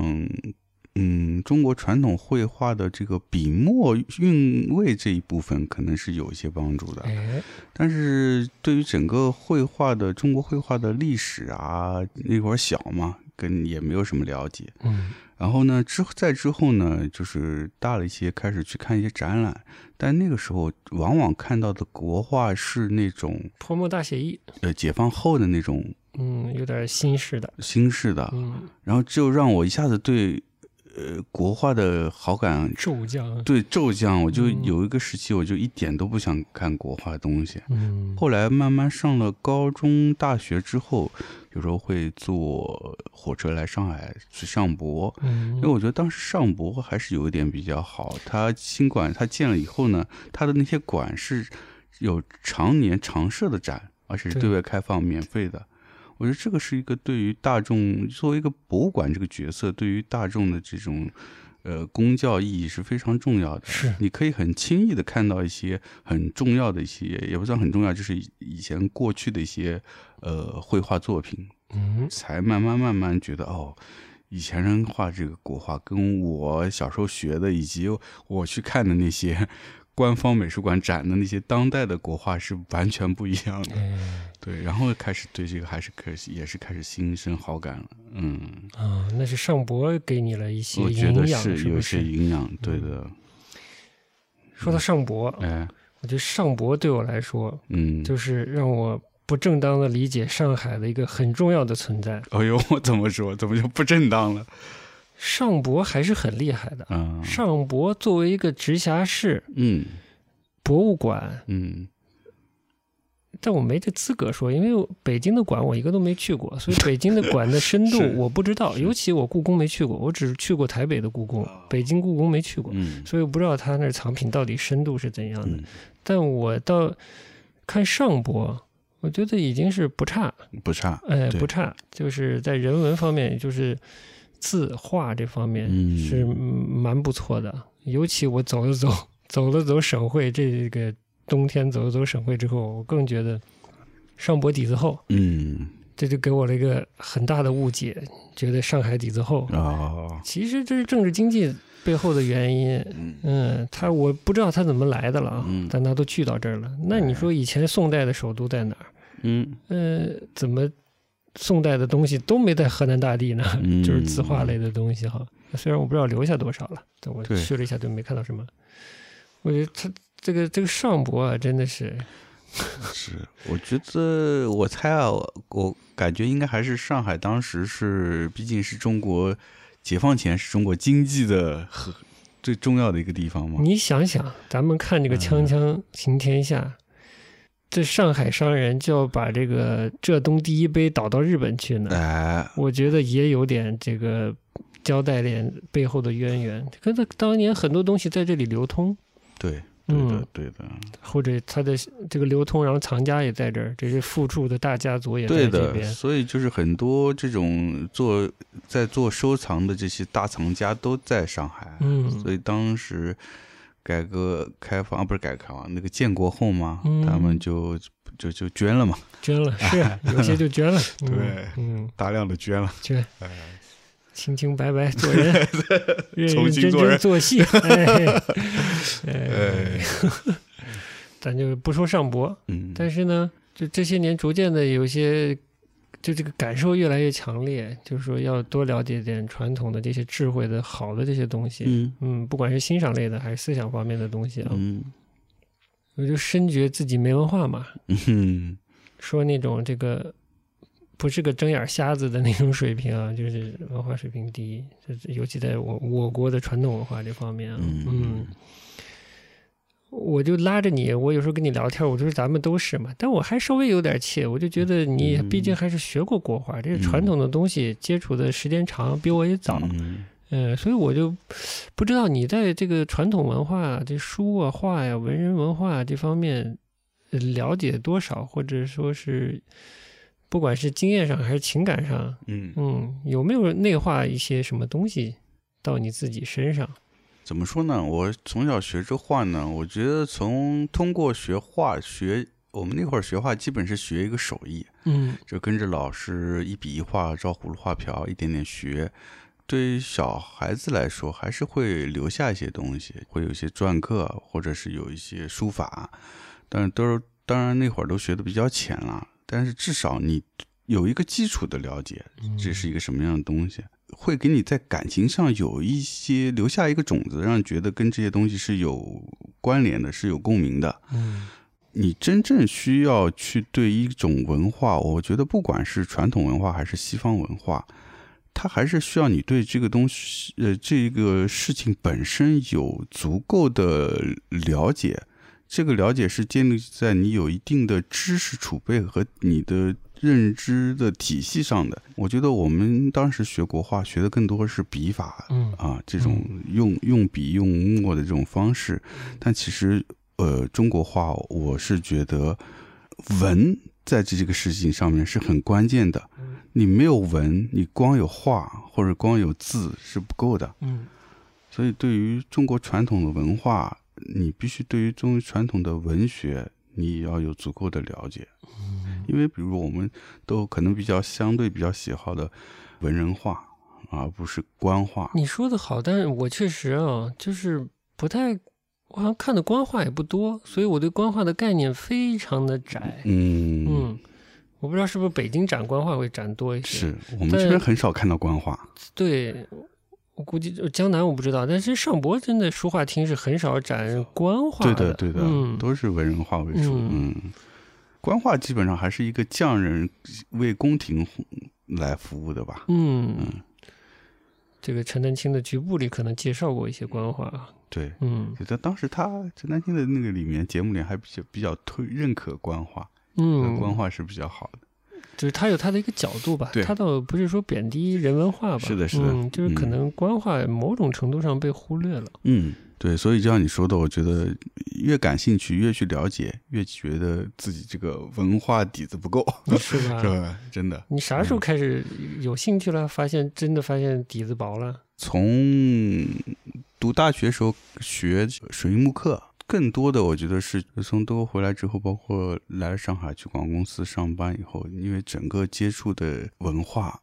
Speaker 1: 嗯，中国传统绘画的这个笔墨韵味这一部分，可能是有一些帮助的。
Speaker 2: 哎，
Speaker 1: 但是对于整个绘画的中国绘画的历史啊，那会儿小嘛，跟也没有什么了解。
Speaker 2: 嗯
Speaker 1: 然后呢，之后再之后呢，就是大了一些，开始去看一些展览。但那个时候，往往看到的国画是那种
Speaker 2: 泼墨大写意，
Speaker 1: 呃解放后的那种
Speaker 2: 嗯，有点新式的，
Speaker 1: 新式的，
Speaker 2: 嗯，
Speaker 1: 然后就让我一下子对呃国画的好感
Speaker 2: 骤降，
Speaker 1: 对骤降。我就
Speaker 2: 嗯
Speaker 1: 有一个时期，我就一点都不想看国画的东西。
Speaker 2: 嗯，
Speaker 1: 后来慢慢上了高中、大学之后，有时候会坐火车来上海去上博，
Speaker 2: 嗯
Speaker 1: 因为我觉得当时上博还是有一点比较好。它新馆它建了以后呢，它的那些馆是有常年常设的展，而且是对
Speaker 2: 对
Speaker 1: 外开放、免费的。我觉得这个是一个对于大众作为一个博物馆这个角色，对于大众的这种呃公教意义是非常重要的。
Speaker 2: 是
Speaker 1: 你可以很轻易的看到一些很重要的一些，也不算很重要，就是以以前过去的一些呃绘画作品，
Speaker 2: 嗯
Speaker 1: 才慢慢慢慢觉得哦，以前人画这个国画跟我小时候学的，以及我去看的那些 官方美术馆展的那些当代的国画是完全不一样的。
Speaker 2: 哎。
Speaker 1: 对，然后开始对这个还是开始也是开始心生好感了。嗯，
Speaker 2: 啊，那是上博给你了一些
Speaker 1: 我觉
Speaker 2: 营
Speaker 1: 得
Speaker 2: 养，是
Speaker 1: 有
Speaker 2: 不
Speaker 1: 些
Speaker 2: 是？嗯
Speaker 1: 营养，对的。
Speaker 2: 说到上博，
Speaker 1: 哎，
Speaker 2: 哦我觉得上博对我来说，
Speaker 1: 嗯，
Speaker 2: 就是让我不正当的理解上海的一个很重要的存在。
Speaker 1: 哎呦，我怎么说？怎么就不正当了？
Speaker 2: 上博还是很厉害的。
Speaker 1: 嗯
Speaker 2: 上博作为一个直辖市
Speaker 1: 嗯
Speaker 2: 博物馆，
Speaker 1: 嗯，
Speaker 2: 但我没这资格说，因为我北京的馆我一个都没 去过，所以北京的馆的深度
Speaker 1: 是哦
Speaker 2: 我不知道。尤其我故宫没去过，我只去过台北的故宫，北京故宫没去过，
Speaker 1: 嗯
Speaker 2: 所以我不知道它那儿藏品到底深度是怎样的。
Speaker 1: 嗯，
Speaker 2: 但我到看上博，我觉得已经是不差，
Speaker 1: 不差。
Speaker 2: 哎，
Speaker 1: 对
Speaker 2: 不差，就是在人文方面，就是字画这方面
Speaker 1: 嗯
Speaker 2: 是蛮不错的。尤其我走了走， 走了走省会，这个冬天走了走省会之后，我更觉得上博底子厚，
Speaker 1: 嗯
Speaker 2: 这就给我了一个很大的误解，觉得上海底子厚。
Speaker 1: 哦，
Speaker 2: 其实这是政治经济背后的原因。
Speaker 1: 嗯
Speaker 2: 嗯，他我不知道他怎么来的了啊，
Speaker 1: 嗯哎
Speaker 2: 但他都聚到这儿了。那你说以前宋代的首都在哪儿？
Speaker 1: 嗯
Speaker 2: 呃，怎么宋代的东西都没在河南大地呢？
Speaker 1: 嗯
Speaker 2: 就是字画类的东西哈。虽然我不知道留下多少了，但我
Speaker 1: 对
Speaker 2: 去了一下就没看到什么。我觉得他这个这个上博啊，真的是
Speaker 1: 是，我觉得我猜啊，我我感觉应该还是上海当时是，毕竟是中国解放前是中国经济的和最重要的一个地方嘛。
Speaker 2: 你想想，咱们看这个《锵锵行天下》这上海商人就要把这个浙东第一杯倒到日本去呢，
Speaker 1: 哎，
Speaker 2: 我觉得也有点这个交代点背后的渊源，跟他当年很多东西在这里流通，
Speaker 1: 对，对的
Speaker 2: 嗯，
Speaker 1: 对的，
Speaker 2: 或者他的这个流通，然后藏家也在这儿，这些富庶的大家族也在
Speaker 1: 对
Speaker 2: 这
Speaker 1: 的。
Speaker 2: 边。
Speaker 1: 所以就是很多这种做在做收藏的这些大藏家都在上海，
Speaker 2: 嗯
Speaker 1: 所以当时。改革开放啊，不是改革开放，那个建国后嘛，
Speaker 2: 嗯
Speaker 1: 他们就就就捐了嘛，
Speaker 2: 捐了，是有些就捐了，嗯
Speaker 1: 对哎
Speaker 2: 嗯，
Speaker 1: 大量的捐了。
Speaker 2: 捐，清清白白 做人，认
Speaker 1: 重
Speaker 2: 认
Speaker 1: 新
Speaker 2: 真
Speaker 1: 做人
Speaker 2: 真 做戏，哎，哎
Speaker 1: 哎，
Speaker 2: 咱就不说上博，
Speaker 1: 嗯，
Speaker 2: 但是呢，就这些年逐渐的有一些，就这个感受越来越强烈，就是说要多了解点传统的这些智慧的好的这些东西，
Speaker 1: 嗯
Speaker 2: 嗯不管是欣赏类的还是思想方面的东西啊，
Speaker 1: 嗯
Speaker 2: 我就深觉自己没文化嘛，
Speaker 1: 嗯，
Speaker 2: 说那种这个不是个睁眼瞎子的那种水平啊，就是文化水平低，就是尤其在我我国的传统文化这方面啊，
Speaker 1: 嗯
Speaker 2: 我就拉着你，我有时候跟你聊天，我就说咱们都是嘛，但我还稍微有点怯，我就觉得你
Speaker 1: 嗯
Speaker 2: 毕竟还是学过国画，这个传统的东西接触的时间长，比我也早，
Speaker 1: 嗯
Speaker 2: 嗯、所以我就不知道你在这个传统文化、这书啊、画呀、文人文化这方面呃了解多少，或者说是不管是经验上还是情感上，
Speaker 1: 嗯，
Speaker 2: 嗯，有没有内化一些什么东西到你自己身上？
Speaker 1: 怎么说呢？我从小学这画呢，我觉得从通过学画学，我们那会儿学画基本是学一个手艺，
Speaker 2: 嗯
Speaker 1: 就跟着老师一笔一画，照葫芦画瓢一点点学。对于小孩子来说，还是会留下一些东西，会有一些篆刻，或者是有一些书法，但是都是当然那会儿都学的比较浅了，但是至少你有一个基础的了解，这是一个什么样的东西，会给你在感情上有一些留下一个种子，让你觉得跟这些东西是有关联的，是有共鸣的。
Speaker 2: 嗯
Speaker 1: 你真正需要去对一种文化，我觉得不管是传统文化还是西方文化，它还是需要你对这个东西，呃，这个事情本身有足够的了解。这个了解是建立在你有一定的知识储备和你的认知的体系上的。我觉得我们当时学国画学的更多是笔法
Speaker 2: 嗯
Speaker 1: 啊，这种用用笔用墨的这种方式，但其实呃，中国画我是觉得文在这这个事情上面是很关键的。你没有文，你光有画或者光有字是不够的。
Speaker 2: 嗯
Speaker 1: 所以，对于中国传统的文化，你必须对于中国传统的文学，你也要有足够的了解。因为，比如我们都可能比较相对比较喜好的文人画，而不是官画。
Speaker 2: 你说的好，但是我确实啊，就是不太，我好像看的官话也不多，所以我对官话的概念非常的窄。
Speaker 1: 嗯，
Speaker 2: 嗯，我不知道是不是北京展官话会展多一些。，
Speaker 1: 是我们这边
Speaker 2: 但
Speaker 1: 很少看到官画。
Speaker 2: 对，我估计呃江南我不知道，但是上博真的书画厅是很少展官话
Speaker 1: 对的，对的，
Speaker 2: 嗯，
Speaker 1: 都是文人画为主。
Speaker 2: 嗯
Speaker 1: 嗯，官话基本上还是一个匠人为宫廷来服务的吧？
Speaker 2: 嗯，这个陈丹青的局部里可能介绍过一些官话，
Speaker 1: 对，
Speaker 2: 嗯
Speaker 1: 就在当时他陈丹青的那个里面节目里还比较比较推认可官话，
Speaker 2: 嗯，
Speaker 1: 官话是比较好的。
Speaker 2: 就是他有他的一个角度吧
Speaker 1: 对，
Speaker 2: 他倒不是说贬低人文化吧，
Speaker 1: 是的是的
Speaker 2: 嗯，就是可能官话某种程度上被忽略了，
Speaker 1: 嗯，对，所以就像你说的，我觉得越感兴趣，越去了解，越觉得自己这个文化底子不够，
Speaker 2: 是吧？
Speaker 1: 是吧？真的，
Speaker 2: 你啥时候开始有兴趣了？发现真的发现底子薄了？
Speaker 1: 从读大学时候学水木课，更多的我觉得是从德国回来之后，包括来上海去广告公司上班以后，因为整个接触的文化，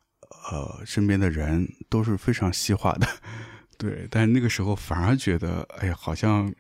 Speaker 1: 呃，身边的人都是非常西化的， 对。但是那个时候反而觉得，哎呀，好像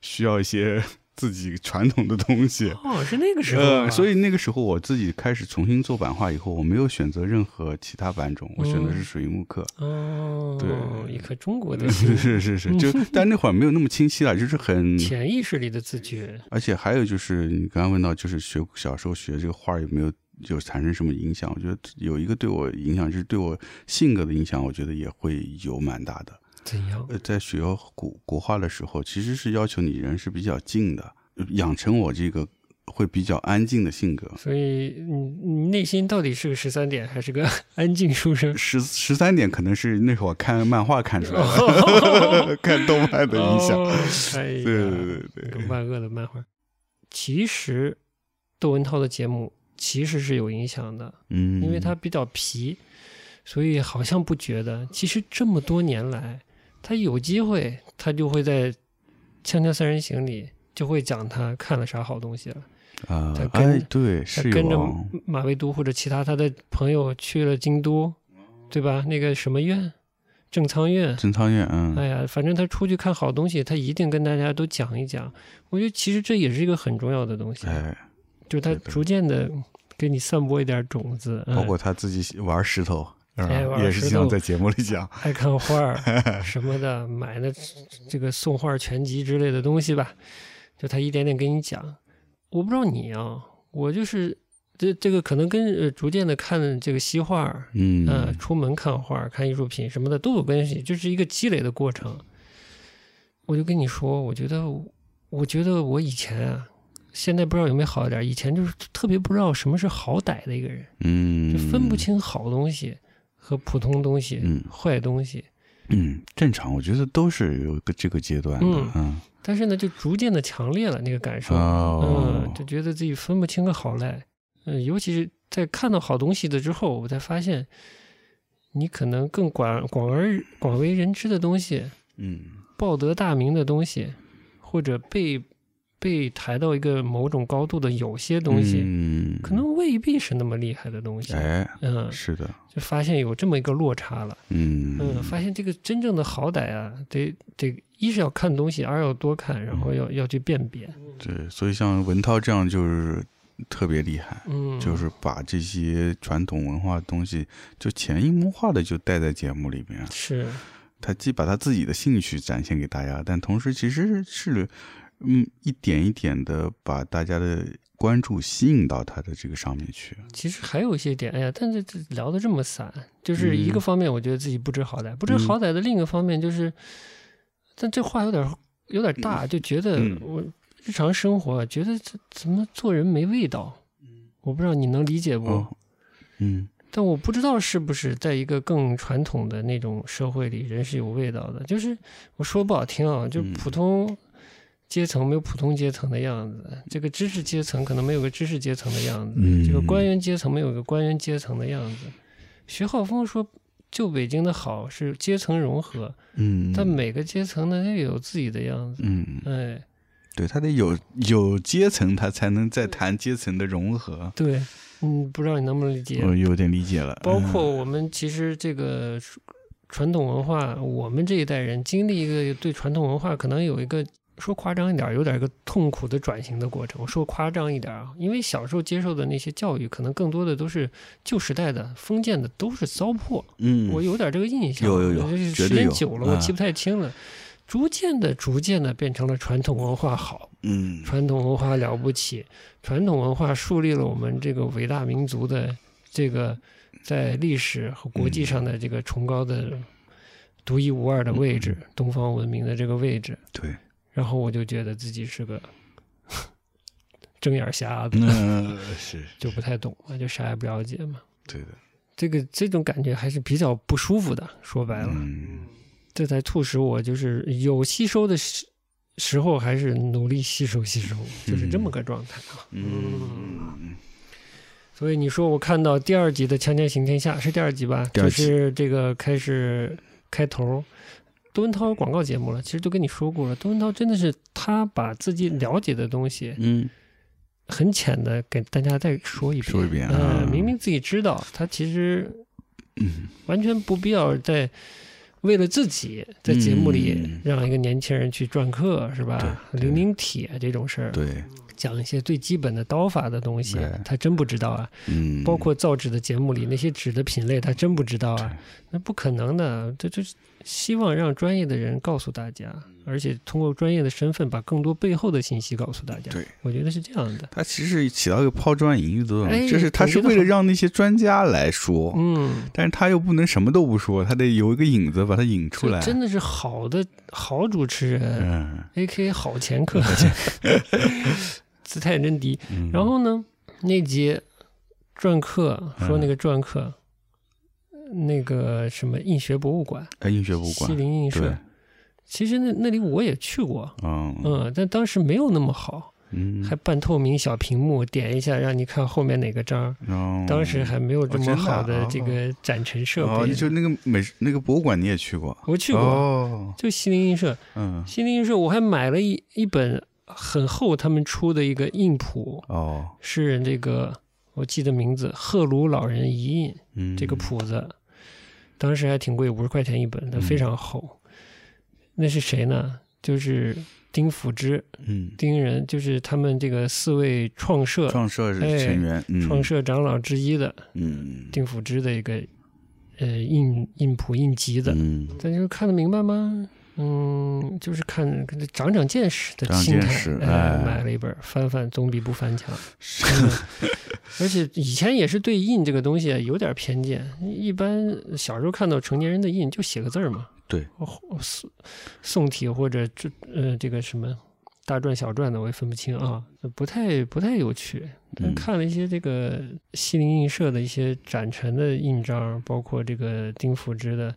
Speaker 1: 需要一些自己传统的东西。
Speaker 2: 哦，是那个 时候啊、
Speaker 1: 呃，所以那个时候我自己开始重新做版画以后，我没有选择任何其他版种，我选的
Speaker 2: 嗯
Speaker 1: 是水木课。
Speaker 2: 哦，
Speaker 1: 对嗯
Speaker 2: 一颗中国的 心
Speaker 1: 是是是
Speaker 2: 嗯
Speaker 1: 是，就但那会儿没有那么清晰了，就是很，
Speaker 2: 潜意识里的自觉，
Speaker 1: 而且还有就是你刚刚问到，就是学小时候学这个画儿有没有有产生什么影响？我觉得有一个对我影响，就是对我性格的影响，我觉得也会有蛮大的。
Speaker 2: 怎样？
Speaker 1: 呃，在学古国画的时候，其实是要求你人是比较静的，养成我这个会比较安静的性格。
Speaker 2: 所以你你内心到底是个十三点还是个 安静书生？
Speaker 1: 十十三点可能是那会儿看漫画看出来的， 看动漫的影响。
Speaker 2: 哦哎呀，
Speaker 1: 对对对对对。
Speaker 2: 个万恶的漫画。其实，窦文涛的节目其实是有影响的，
Speaker 1: 嗯，
Speaker 2: 因为他比较皮，所以好像不觉得。其实这么多年来，他有机会，他就会在《锵锵三人行》里就会讲他看了啥好东西了。
Speaker 1: 啊
Speaker 2: 他，跟
Speaker 1: 哎，对，
Speaker 2: 他
Speaker 1: 是有
Speaker 2: 跟着
Speaker 1: 哦
Speaker 2: 马未都或者其他他的朋友去了京都，对吧？那个什么院，正仓院，
Speaker 1: 陈仓院，嗯，
Speaker 2: 哎呀，反正他出去看好东西，他一定跟大家都讲一讲。我觉得其实这也是一个很重要的东西，
Speaker 1: 哎，
Speaker 2: 就是他
Speaker 1: 对对
Speaker 2: 逐渐的给你散播一点种子。嗯
Speaker 1: 包括他自己玩石头，是吧
Speaker 2: 哎玩
Speaker 1: 也是
Speaker 2: 石
Speaker 1: 经常
Speaker 2: 头
Speaker 1: 在节目里 讲，
Speaker 2: 爱看画 儿什么的，买的这个送画全集之类的东西吧，就他一点点跟你讲。我不知道你啊，我就是这这个可能跟呃逐渐的看这个西画儿，呃，
Speaker 1: 嗯，
Speaker 2: 出门看画儿、看艺术品什么的都有关系，就是一个积累的过程。我就跟你说，我觉得，我觉得我以前啊，现在不知道有没有好一点儿，以前就是特别不知道什么是好歹的一个人，
Speaker 1: 嗯，
Speaker 2: 就分不，清好东西和普通东西、
Speaker 1: 嗯
Speaker 2: 坏东西。
Speaker 1: 嗯，正常，我觉得都是有个这个阶段的
Speaker 2: 嗯，
Speaker 1: 嗯，
Speaker 2: 但是呢，就逐渐的强烈了那个感受，
Speaker 1: 哦
Speaker 2: 嗯，就觉得自己分不清个好赖，嗯，尤其是在看到好东西的之后，我才发现，你可能更广广而广为人知的东西，
Speaker 1: 嗯，
Speaker 2: 报得大名的东西，或者被被抬到一个某种高度的有些东西，
Speaker 1: 嗯，
Speaker 2: 可，能未必是那么厉害的东西。
Speaker 1: 哎，
Speaker 2: 嗯，
Speaker 1: 是的，
Speaker 2: 就发现有这么一个落差了。
Speaker 1: 嗯，
Speaker 2: 嗯，发现这个真正的好歹啊，得得，一是要看东西，二要多看，然
Speaker 1: 嗯
Speaker 2: 后要要去辨别。
Speaker 1: 对，所以像文涛这样就是特别厉害。
Speaker 2: 嗯，
Speaker 1: 就是把这些传统文化的东西，就潜移默化的就带在节目里面，
Speaker 2: 是
Speaker 1: 他既把他自己的兴趣展现给大家，但同时其实是，嗯，一点一点的把大家的关注吸引到他的这个上面去。
Speaker 2: 其实还有一些点，哎呀，但是这聊的这么散，就是一
Speaker 1: 嗯
Speaker 2: 个方面，我觉得自己不知好歹，不知好歹的另一个方面就是，但这话有点有点大，就觉得
Speaker 1: 嗯
Speaker 2: 我日常生活啊觉得这怎么做人没味道，我不知道你能理解不？
Speaker 1: 嗯哦，嗯
Speaker 2: 但我不知道是不是在一个更传统的那种社会里，人是有味道的。就是我说不好听啊，就
Speaker 1: 嗯
Speaker 2: 普通阶层没有普通阶层的样子，这个知识阶层可能没有个知识阶层的样子，
Speaker 1: 嗯
Speaker 2: 这个官员阶层没有个官员阶层的样子。徐浩峰说，就北京的好是阶层融合，
Speaker 1: 嗯，
Speaker 2: 但每个阶层呢也有自己的样子。
Speaker 1: 嗯，
Speaker 2: 哎，
Speaker 1: 对他得有有阶层，他才能再谈阶层的融合。
Speaker 2: 对，嗯，不知道你能不能理解？
Speaker 1: 我有点理解了，
Speaker 2: 包
Speaker 1: 嗯
Speaker 2: 括我们其实这个传统文化，我们这一代人经历一个对传统文化可能有一个说夸张一点儿，有点一个痛苦的转型的过程。我说夸张一点儿啊，因为小时候接受的那些教育，可能更多的都是旧时代的封建的，都是糟粕。
Speaker 1: 嗯，
Speaker 2: 我有点这个印象，
Speaker 1: 有有有
Speaker 2: 就是
Speaker 1: 绝
Speaker 2: 时
Speaker 1: 对
Speaker 2: 间
Speaker 1: 有
Speaker 2: 久了，我
Speaker 1: 啊
Speaker 2: 记不太清了。逐渐的、逐渐的变成了传统文化好，
Speaker 1: 嗯，
Speaker 2: 传统文化了不起，传统文化树立了我们这个伟大民族的这个在历史和国
Speaker 1: 嗯
Speaker 2: 际上的这个崇高的、独一无二的位
Speaker 1: 嗯
Speaker 2: 置，东方文明的这个位置。
Speaker 1: 对，
Speaker 2: 然后我就觉得自己是个 睁眼瞎子，
Speaker 1: 那嗯是
Speaker 2: 就不太懂嘛，就啥也不了解嘛。
Speaker 1: 对的，
Speaker 2: 这个这种感觉还是比较不舒服的，说白了，
Speaker 1: 嗯，
Speaker 2: 这才促使我就是有吸收的时时候，还是努力吸收吸收，就是这么个状态啊。
Speaker 1: 嗯，
Speaker 2: 所以你说我看到第二集的《锵锵行天下》是第二集吧？
Speaker 1: 第二集
Speaker 2: 就是这个开始开头，窦文涛广告节目了，其实都跟你说过了，窦文涛真的是他把自己了解的东西
Speaker 1: 嗯，
Speaker 2: 很浅的给大家再说一遍，
Speaker 1: 说一遍
Speaker 2: 呃
Speaker 1: 啊，
Speaker 2: 明明自己知道，他其实
Speaker 1: 嗯，
Speaker 2: 完全不必要在为了自己在节目里
Speaker 1: 嗯
Speaker 2: 让一个年轻人去篆刻，是吧？
Speaker 1: 对对
Speaker 2: 零零铁这种事儿，
Speaker 1: 对，
Speaker 2: 讲一些最基本的刀法的东西
Speaker 1: 对，
Speaker 2: 他真不知道啊。
Speaker 1: 嗯，
Speaker 2: 包括造纸的节目里那些纸的品类，他真不知道啊
Speaker 1: 对，
Speaker 2: 那不可能的。这就是希望让专业的人告诉大家，
Speaker 1: 嗯
Speaker 2: 而且通过专业的身份把更多背后的信息告诉大家。
Speaker 1: 对，
Speaker 2: 我觉得是这样的。
Speaker 1: 它其实起到一个抛砖引玉的作
Speaker 2: 哎
Speaker 1: 用，就是它是
Speaker 2: 总结得
Speaker 1: 为了
Speaker 2: 好
Speaker 1: 让那些专家来说，
Speaker 2: 嗯，
Speaker 1: 但是他又不能什么都不说，他得有一个影子把它引出来
Speaker 2: 这。真的是好的好主持人
Speaker 1: 嗯，
Speaker 2: ，A K 好前客， 姿态真低。
Speaker 1: 嗯
Speaker 2: 然后呢，那集篆刻
Speaker 1: 嗯
Speaker 2: 说那个篆刻，那个什么印学博物馆，
Speaker 1: 哎，印学博物
Speaker 2: 西
Speaker 1: 馆，
Speaker 2: 泠印
Speaker 1: 对
Speaker 2: 社，，其实那那里我也去过，
Speaker 1: 嗯
Speaker 2: 嗯，但当时没有那么好，
Speaker 1: 嗯，
Speaker 2: 还半透明小屏幕，点一下让你看后面哪个章。
Speaker 1: 哦
Speaker 2: 嗯当时还没有这么好
Speaker 1: 真的
Speaker 2: 的
Speaker 1: 啊
Speaker 2: 这个展陈设
Speaker 1: 哦，
Speaker 2: 备，
Speaker 1: 你就那个美那个博物馆你也去过，
Speaker 2: 我去过，
Speaker 1: 哦，
Speaker 2: 就西泠印社，
Speaker 1: 嗯，
Speaker 2: 西泠印社我还买了一一本很厚他们出的一个印谱，
Speaker 1: 哦，
Speaker 2: 是这个我记得名字赫鲁老人遗印
Speaker 1: 嗯，
Speaker 2: 这个谱子，当时还挺贵，五十块钱一本，但非常厚。那是谁呢？就是丁辅之，
Speaker 1: 嗯，
Speaker 2: 丁人就是他们这个四位创社
Speaker 1: 创社是成员，嗯
Speaker 2: 哎创，社长老之一的
Speaker 1: 嗯，
Speaker 2: 丁辅之的一个呃印印谱印集的，
Speaker 1: 嗯，
Speaker 2: 咱就是看得明白吗？嗯，就是看长长见识的
Speaker 1: 长
Speaker 2: 心
Speaker 1: 见
Speaker 2: 态，
Speaker 1: 识
Speaker 2: 哎
Speaker 1: 哎
Speaker 2: 买了一本，翻翻总比不翻强。嗯 而且以前也是对印这个东西有点偏见，一般小时候看到成年人的印就写个字儿嘛，
Speaker 1: 对
Speaker 2: 或，宋宋体或者这呃这个什么大篆小篆的我也分不清啊，不太不太有趣。但
Speaker 1: 嗯
Speaker 2: 看了一些这个西泠印社的一些展陈的印章，包括这个丁辅之的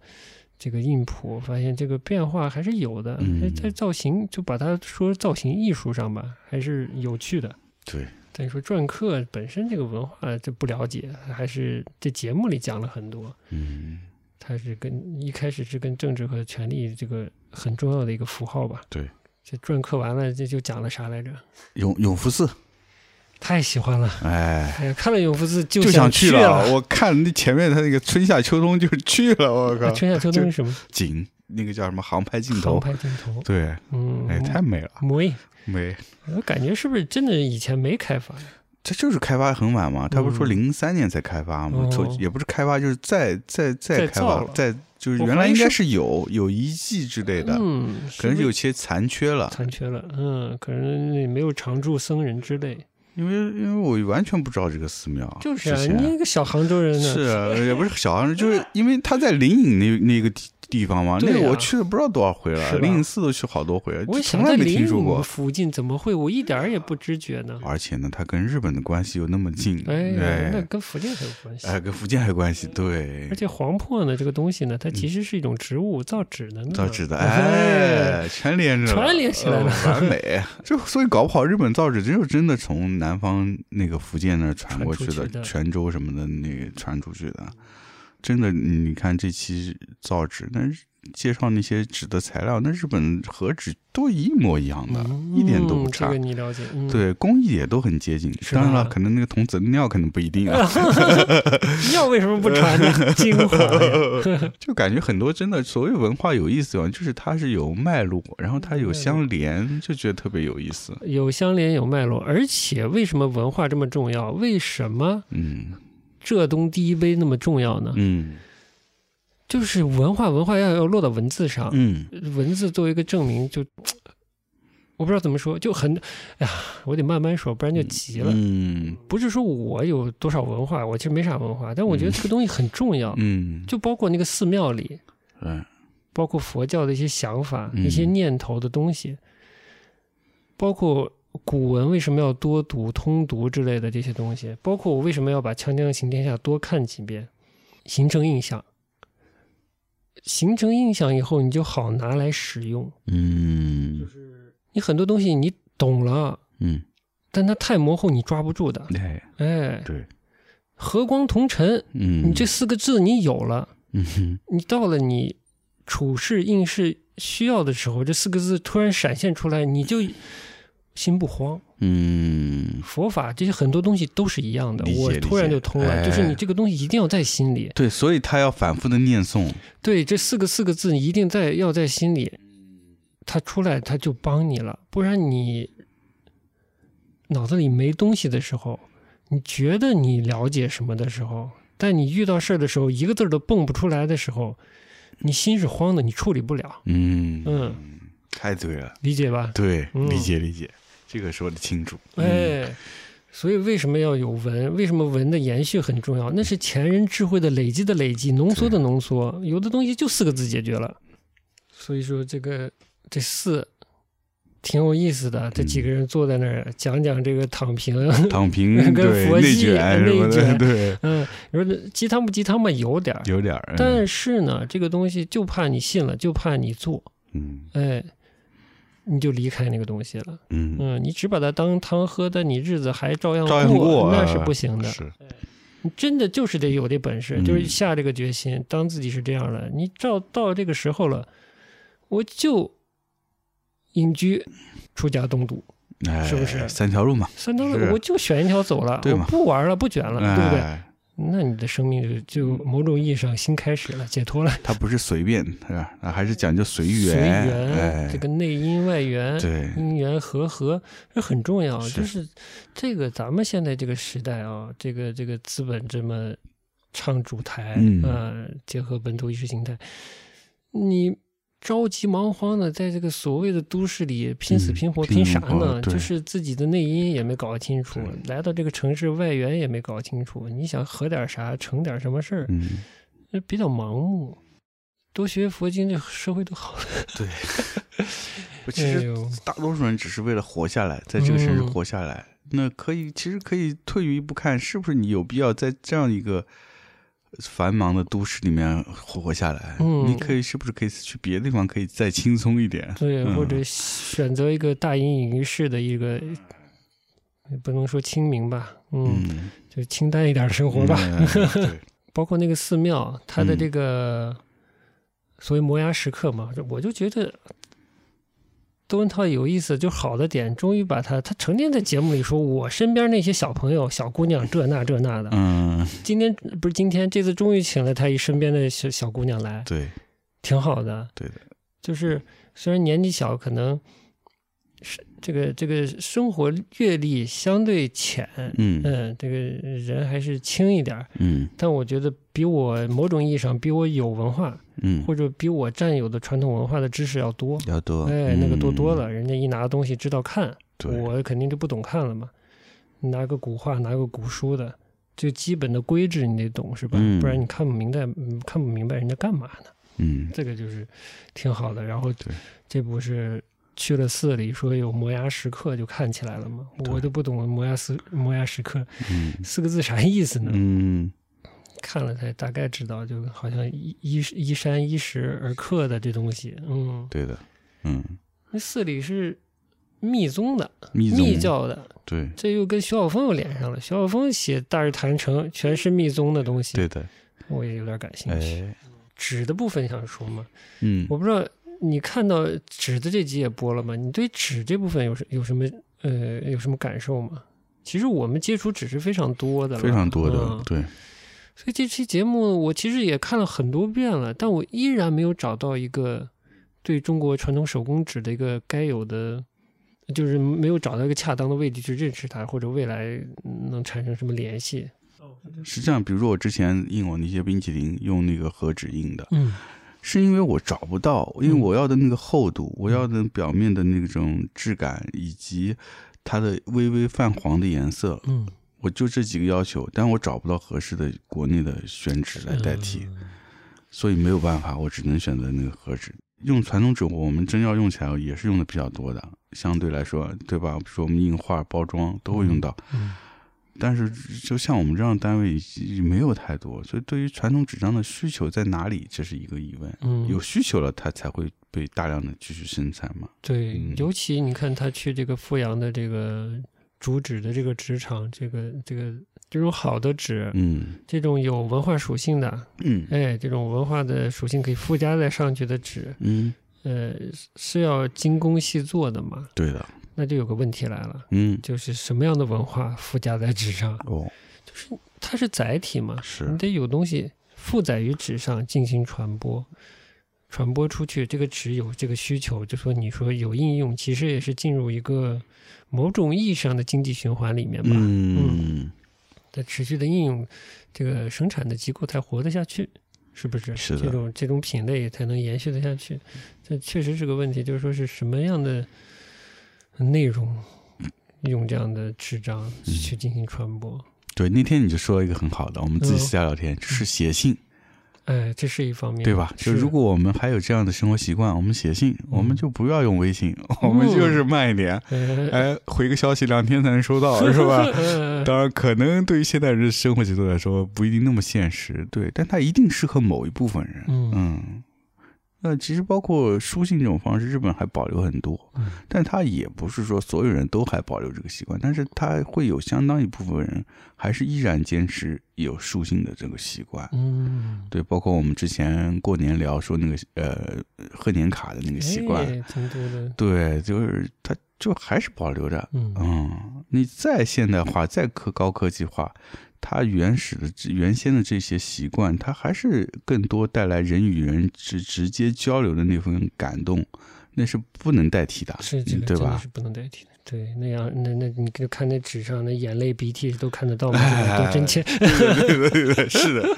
Speaker 2: 这个印谱，发现这个变化还是有的。
Speaker 1: 嗯
Speaker 2: 哎在造型就把它说造型艺术上吧，还是有趣的。
Speaker 1: 对，
Speaker 2: 但说篆刻本身这个文化这不了解，还是这节目里讲了很多。
Speaker 1: 嗯，
Speaker 2: 它是跟一开始是跟政治和权力这个很重要的一个符号吧。
Speaker 1: 对，
Speaker 2: 这篆刻完了，这就讲了啥来着？
Speaker 1: 永永福寺，
Speaker 2: 太喜欢了，
Speaker 1: 哎。
Speaker 2: 哎呀，看了永福寺就
Speaker 1: 就想
Speaker 2: 去
Speaker 1: 了，我看那前面他那个春夏秋冬就 去了，我
Speaker 2: 啊
Speaker 1: 靠，
Speaker 2: 春夏秋冬是什么？
Speaker 1: 景那个叫什么航拍镜
Speaker 2: 航
Speaker 1: 头，
Speaker 2: 拍镜头，
Speaker 1: 对，
Speaker 2: 嗯，
Speaker 1: 哎，太美了，
Speaker 2: 魔影，
Speaker 1: 美。
Speaker 2: 我感觉是不是真的以前没开发呀？
Speaker 1: 这就是开发很晚嘛，他不是说
Speaker 2: 嗯
Speaker 1: 零三年才开发吗？
Speaker 2: 哦
Speaker 1: 就也不是开发，就是再再
Speaker 2: 再
Speaker 1: 再开
Speaker 2: 造
Speaker 1: 发
Speaker 2: 了，
Speaker 1: 再就是
Speaker 2: 我
Speaker 1: 原
Speaker 2: 怀
Speaker 1: 来
Speaker 2: 疑
Speaker 1: 应该
Speaker 2: 是
Speaker 1: 是有有遗迹之类的，
Speaker 2: 嗯，
Speaker 1: 啊可能是
Speaker 2: 是不
Speaker 1: 有
Speaker 2: 是
Speaker 1: 些残缺了。
Speaker 2: 残缺了，嗯，可能也没有常住僧人之类。
Speaker 1: 因为因为我完全不知道这个寺庙，
Speaker 2: 就是
Speaker 1: 之
Speaker 2: 啊，
Speaker 1: 前
Speaker 2: 你一个小杭州人呢，
Speaker 1: 是啊也不是小孩， 就是因为他在灵隐那那个地地方嘛，
Speaker 2: 对
Speaker 1: 那个我
Speaker 2: 啊
Speaker 1: 去了不知道多少回
Speaker 2: 是
Speaker 1: 了，
Speaker 2: 吧
Speaker 1: 灵隐寺都去好多回了，
Speaker 2: 我
Speaker 1: 就
Speaker 2: 想
Speaker 1: 从
Speaker 2: 在
Speaker 1: 来没
Speaker 2: 临
Speaker 1: 听说
Speaker 2: 沂
Speaker 1: 过。
Speaker 2: 附近，怎么会我一点儿也不知觉呢？
Speaker 1: 而且呢，它跟日本的关系又那么近，
Speaker 2: 哎呀，那
Speaker 1: 对，
Speaker 2: 跟福建还有关系。
Speaker 1: 哎，跟福建还有关系，对
Speaker 2: 而，且黄粕呢，这个东西呢，它其实是一种植物，造纸的呢。
Speaker 1: 嗯造纸的，，哎，全连着了，
Speaker 2: 哦全连起来了
Speaker 1: 哦完 美。就所以搞不好日本造纸就是真的从南方那个福建那儿传过去
Speaker 2: 传
Speaker 1: 的
Speaker 2: 出去，的
Speaker 1: 泉州什么的那个传出去的。真的，你看这期造纸，但是介绍那些纸的材料，那日本和纸都一模一样的，
Speaker 2: 嗯
Speaker 1: 一点都不差
Speaker 2: 这个。你了解？嗯，
Speaker 1: 对，工艺也都很接近，
Speaker 2: 是吧
Speaker 1: 当然了，可能那个童子尿可能不一定啊，
Speaker 2: 药为什么不 传呢？精华呀，
Speaker 1: 就感觉很多真的所谓文化有意思的地方，就是它是有脉络，然后它有相连，就觉得特别有意思。
Speaker 2: 有相连，有脉络。而且为什么文化这么重要？为什么
Speaker 1: 嗯
Speaker 2: 浙东第一杯那么重要呢？
Speaker 1: 嗯，
Speaker 2: 就是文化，文化要要落到文字上，
Speaker 1: 嗯，
Speaker 2: 文字作为一个证明就，我不知道怎么说，就很，哎呀，我得慢慢说，不然就急了。
Speaker 1: 嗯
Speaker 2: 不是说我有多少文化，我其实没啥文化，但我觉得这个东西很重要，
Speaker 1: 嗯，
Speaker 2: 就包括那个寺庙里，
Speaker 1: 对，
Speaker 2: 包括佛教的一些想法、
Speaker 1: 嗯
Speaker 2: 一些念头的东西，包括古文为什么要多读、通读之类的这些东西，包括我为什么要把《锵锵行天下》多看几遍，形成印象。形成印象以后，你就好拿来使用。
Speaker 1: 嗯
Speaker 2: 你很多东西你懂了，
Speaker 1: 嗯，
Speaker 2: 但它太模糊，你抓不住的。
Speaker 1: 哎，
Speaker 2: 哎，
Speaker 1: 对，
Speaker 2: 和光同尘，
Speaker 1: 嗯，
Speaker 2: 你这，四个字你有了，
Speaker 1: 嗯哼，
Speaker 2: 你到了你处事应试需要的时候，这四个字突然闪现出来，你就心不慌。
Speaker 1: 嗯，
Speaker 2: 佛法这些很多东西都是一样的
Speaker 1: 理，解哎
Speaker 2: 我突然就通了，
Speaker 1: 理解
Speaker 2: 就是你这个东西一定要在心里。
Speaker 1: 对，所以他要反复的念诵，
Speaker 2: 对，这四个四个字你一定在要在心里，它出来它就帮你了，不然你脑子里没东西的时候，你觉得你了解什么的时候，但你遇到事儿的时候一个字儿都蹦不出来的时候，你心是慌的，你处理不了。
Speaker 1: 嗯
Speaker 2: 嗯，
Speaker 1: 太对了，
Speaker 2: 理解吧？
Speaker 1: 对，
Speaker 2: 嗯
Speaker 1: 理解理解，这个说的清楚，嗯，
Speaker 2: 哎，所以为什么要有文？为什么文的延续很重要？那是前人智慧的累积的累积，浓缩的浓缩。有的东西就四个字解决了。所以说这个这四挺有意思的。这几个人坐在那儿、讲讲这个躺平，
Speaker 1: 躺平，
Speaker 2: 跟
Speaker 1: 对，
Speaker 2: 佛
Speaker 1: 内
Speaker 2: 系
Speaker 1: 卷什么的，
Speaker 2: 内卷
Speaker 1: 对，
Speaker 2: 嗯，你说鸡汤不鸡汤吧，有点儿。
Speaker 1: 有点儿，嗯
Speaker 2: 但是呢，这个东西就怕你信了，就怕你做，
Speaker 1: 嗯
Speaker 2: 哎，你就离开那个东西了。
Speaker 1: 嗯，
Speaker 2: 嗯，你只把它当汤喝，但你日子还照样
Speaker 1: 照样过
Speaker 2: 那是
Speaker 1: 啊
Speaker 2: 不行的。
Speaker 1: 是，
Speaker 2: 你真的就是得有这本事，
Speaker 1: 嗯
Speaker 2: 就是下这个决心，当自己是这样了，你照到这个时候了，我就隐居，出家东渡，
Speaker 1: 哎
Speaker 2: 是不是
Speaker 1: 三条路嘛，
Speaker 2: 三条
Speaker 1: 是
Speaker 2: 路我就选一条走了，
Speaker 1: 对
Speaker 2: 我
Speaker 1: 嘛
Speaker 2: 不玩了，不卷了，对不对？
Speaker 1: 哎，
Speaker 2: 那你的生命就就某种意义上新开始了，解脱了，
Speaker 1: 他不是随便，是吧？啊还是讲究随
Speaker 2: 随
Speaker 1: 缘，
Speaker 2: 缘，
Speaker 1: 哎
Speaker 2: 这，个内因外缘，
Speaker 1: 对，
Speaker 2: 因缘和合这很重要，啊
Speaker 1: 是
Speaker 2: 就是这个咱们现在这个时代啊，这个这个资本这么唱主台，
Speaker 1: 嗯
Speaker 2: 呃，结合本土意识形态，你着急忙慌的在这个所谓的都市里拼死
Speaker 1: 嗯
Speaker 2: 拼活
Speaker 1: 拼
Speaker 2: 拼啥
Speaker 1: 死拼活
Speaker 2: 呢？
Speaker 1: 对
Speaker 2: 就是自己的内因也没搞清楚
Speaker 1: 对，
Speaker 2: 来到这个城市外缘也没搞清楚，你想合点啥，成点什么事儿，
Speaker 1: 嗯，
Speaker 2: 呃比较盲目。多学佛经，这社会都好了。
Speaker 1: 对。 我其
Speaker 2: 哎
Speaker 1: 实
Speaker 2: 呦，
Speaker 1: 大多数人只是为了活下来，在这个城市
Speaker 2: 嗯
Speaker 1: 活下来。那可以，其实可以退一步看，是不是你有必要在这样一个繁忙的都市里面活下来？
Speaker 2: 嗯
Speaker 1: 你可以是不是可以去别的地方，可以再轻松一点？
Speaker 2: 对，
Speaker 1: 嗯
Speaker 2: 或者选择一个大隐隐于市的一个，也不能说清明吧，嗯，
Speaker 1: 嗯，
Speaker 2: 就清淡一点的生活吧。
Speaker 1: 嗯对，
Speaker 2: 包括那个寺庙，它的这个所谓磨牙时刻嘛，我就觉得窦文涛有意思，就好的点，终于把他，他成天在节目里说我身边那些小朋友、小姑娘这那这那的，
Speaker 1: 嗯，
Speaker 2: 今天不是今天，这次终于请了他一身边的小小姑娘来，
Speaker 1: 对，
Speaker 2: 挺好的。
Speaker 1: 对的，
Speaker 2: 就是虽然年纪小，可能是这个这个生活阅历相对浅，
Speaker 1: 嗯
Speaker 2: 嗯，这个人还是轻一点儿，
Speaker 1: 嗯
Speaker 2: 但我觉得比我某种意义上比我有文化，
Speaker 1: 嗯，
Speaker 2: 或者比我占有的传统文化的知识要多。
Speaker 1: 要多，
Speaker 2: 哎，那个多多
Speaker 1: 嗯，
Speaker 2: 了，人家一拿东西知道看，
Speaker 1: 对，
Speaker 2: 我肯定就不懂看了嘛。拿个古画，拿个古书的，最基本的规制你得懂是吧？
Speaker 1: 嗯
Speaker 2: 不然你看不明白，嗯看不明白人家干嘛呢？
Speaker 1: 嗯，
Speaker 2: 这个就是挺好的。然后
Speaker 1: 对
Speaker 2: 这不是去了寺里说有磨牙时刻就看起来了吗？
Speaker 1: 对
Speaker 2: 我都不懂磨牙时磨牙时刻
Speaker 1: 嗯
Speaker 2: 四个字啥意思呢？
Speaker 1: 嗯，
Speaker 2: 看了才大概知道，就好像依依依山依石而刻的这东西。嗯，
Speaker 1: 对的，嗯，
Speaker 2: 那寺里是密宗的、
Speaker 1: 密宗
Speaker 2: 呃密，教的，
Speaker 1: 对，
Speaker 2: 这又跟徐晓峰又连上了。徐晓峰写《大日坛城》全是密宗的东西，
Speaker 1: 对的，
Speaker 2: 我也有点感兴趣。
Speaker 1: 哎，
Speaker 2: 纸的部分想说吗？
Speaker 1: 嗯，
Speaker 2: 我不知道你看到纸的这集也播了吗？你对纸这部分有什有什么呃有什么感受吗？其实我们接触纸是非常多的了，
Speaker 1: 非常多的
Speaker 2: 嗯，
Speaker 1: 对，
Speaker 2: 所以这期节目我其实也看了很多遍了，但我依然没有找到一个对中国传统手工纸的一个该有的，就是没有找到一个恰当的位置去认识它，或者未来嗯能产生什么联系。
Speaker 1: 是这样，比如说我之前印我那些冰淇淋用那个和纸印的，
Speaker 2: 嗯
Speaker 1: 是因为我找不到，因为
Speaker 2: 嗯
Speaker 1: 我要的那个厚度，我要的表面的那种质感，以及它的微微泛黄的颜色，
Speaker 2: 嗯，
Speaker 1: 我就这几个要求，但我找不到合适的国内的宣纸来代
Speaker 2: 嗯
Speaker 1: 替，所以没有办法，我只能选择那个和纸。用传统纸，我们真要用起来也是用的比较多的，相对来说，对吧？比如说我们印画、包装都会用到，
Speaker 2: 嗯
Speaker 1: 但是就像我们这样的单位已没有太多，所以对于传统纸张的需求在哪里，这是一个疑问。
Speaker 2: 嗯，
Speaker 1: 有需求了，它才会被大量的继续生产嘛。
Speaker 2: 对，
Speaker 1: 嗯
Speaker 2: 尤其你看他去这个阜阳的这个主旨的这个职场，这个这个这种好的纸，
Speaker 1: 嗯
Speaker 2: 这种有文化属性的，
Speaker 1: 嗯
Speaker 2: 哎，这种文化的属性可以附加在上去的纸，
Speaker 1: 嗯，
Speaker 2: 呃，是要精工细作的嘛？
Speaker 1: 对的，
Speaker 2: 那就有个问题来了，
Speaker 1: 嗯
Speaker 2: 就是什么样的文化附加在纸上？
Speaker 1: 哦
Speaker 2: 它是载体嘛，
Speaker 1: 是
Speaker 2: 你得有东西附载于纸上进行传播，传播出去。这个纸有这个需求，就说你说有应用，其实也是进入一个某种意义上的经济循环里面吧。
Speaker 1: 嗯
Speaker 2: 在持续的应用，这个生产的机构才活得下去，是不是？
Speaker 1: 是的
Speaker 2: 这种这种品类才能延续得下去，这确实是个问题，就是说是什么样的内容用这样的纸张
Speaker 1: 嗯
Speaker 2: 去进行传播？
Speaker 1: 对。那天你就说了一个很好的，我们自己
Speaker 2: 嗯
Speaker 1: 私下聊天，就是写信，
Speaker 2: 哎，这是一嗯方面，
Speaker 1: 对吧？就是如果我们还有这样的生活习惯，我们写信，我们就不要用微信，我
Speaker 2: 嗯
Speaker 1: 们就是慢一点，
Speaker 2: 呃，
Speaker 1: 哎，回个消息两天才能收到， 是吧？
Speaker 2: 呃
Speaker 1: 当然，可能对于现代人的生活节奏来说，不一定那么现实，对，但它一定适合某一部分人。
Speaker 2: 嗯
Speaker 1: 嗯，那其实包括书信这种方式，日本还保留很多，
Speaker 2: 嗯
Speaker 1: 但它也不是说所有人都还保留这个习惯，但是它会有相当一部分人还是依然坚持有书信的这个习惯。
Speaker 2: 嗯，
Speaker 1: 对，包括我们之前过年聊说那个呃贺年卡的那嗯个习惯，
Speaker 2: 哎挺多的，
Speaker 1: 对，就是它就还是保留着，
Speaker 2: 嗯
Speaker 1: 嗯，你再现代化、再科高科技化，它原始的、原先的这些习惯，它还是更多带来人与人直直接交流的那份感动，那是不能代替的，嗯
Speaker 2: 是这个
Speaker 1: 对
Speaker 2: 真的
Speaker 1: 吧
Speaker 2: 是？不能代替的。对，那样那那你就看那纸上那眼泪鼻涕都看 得到吗？
Speaker 1: 哎
Speaker 2: 都真切。
Speaker 1: 对对对对，是的，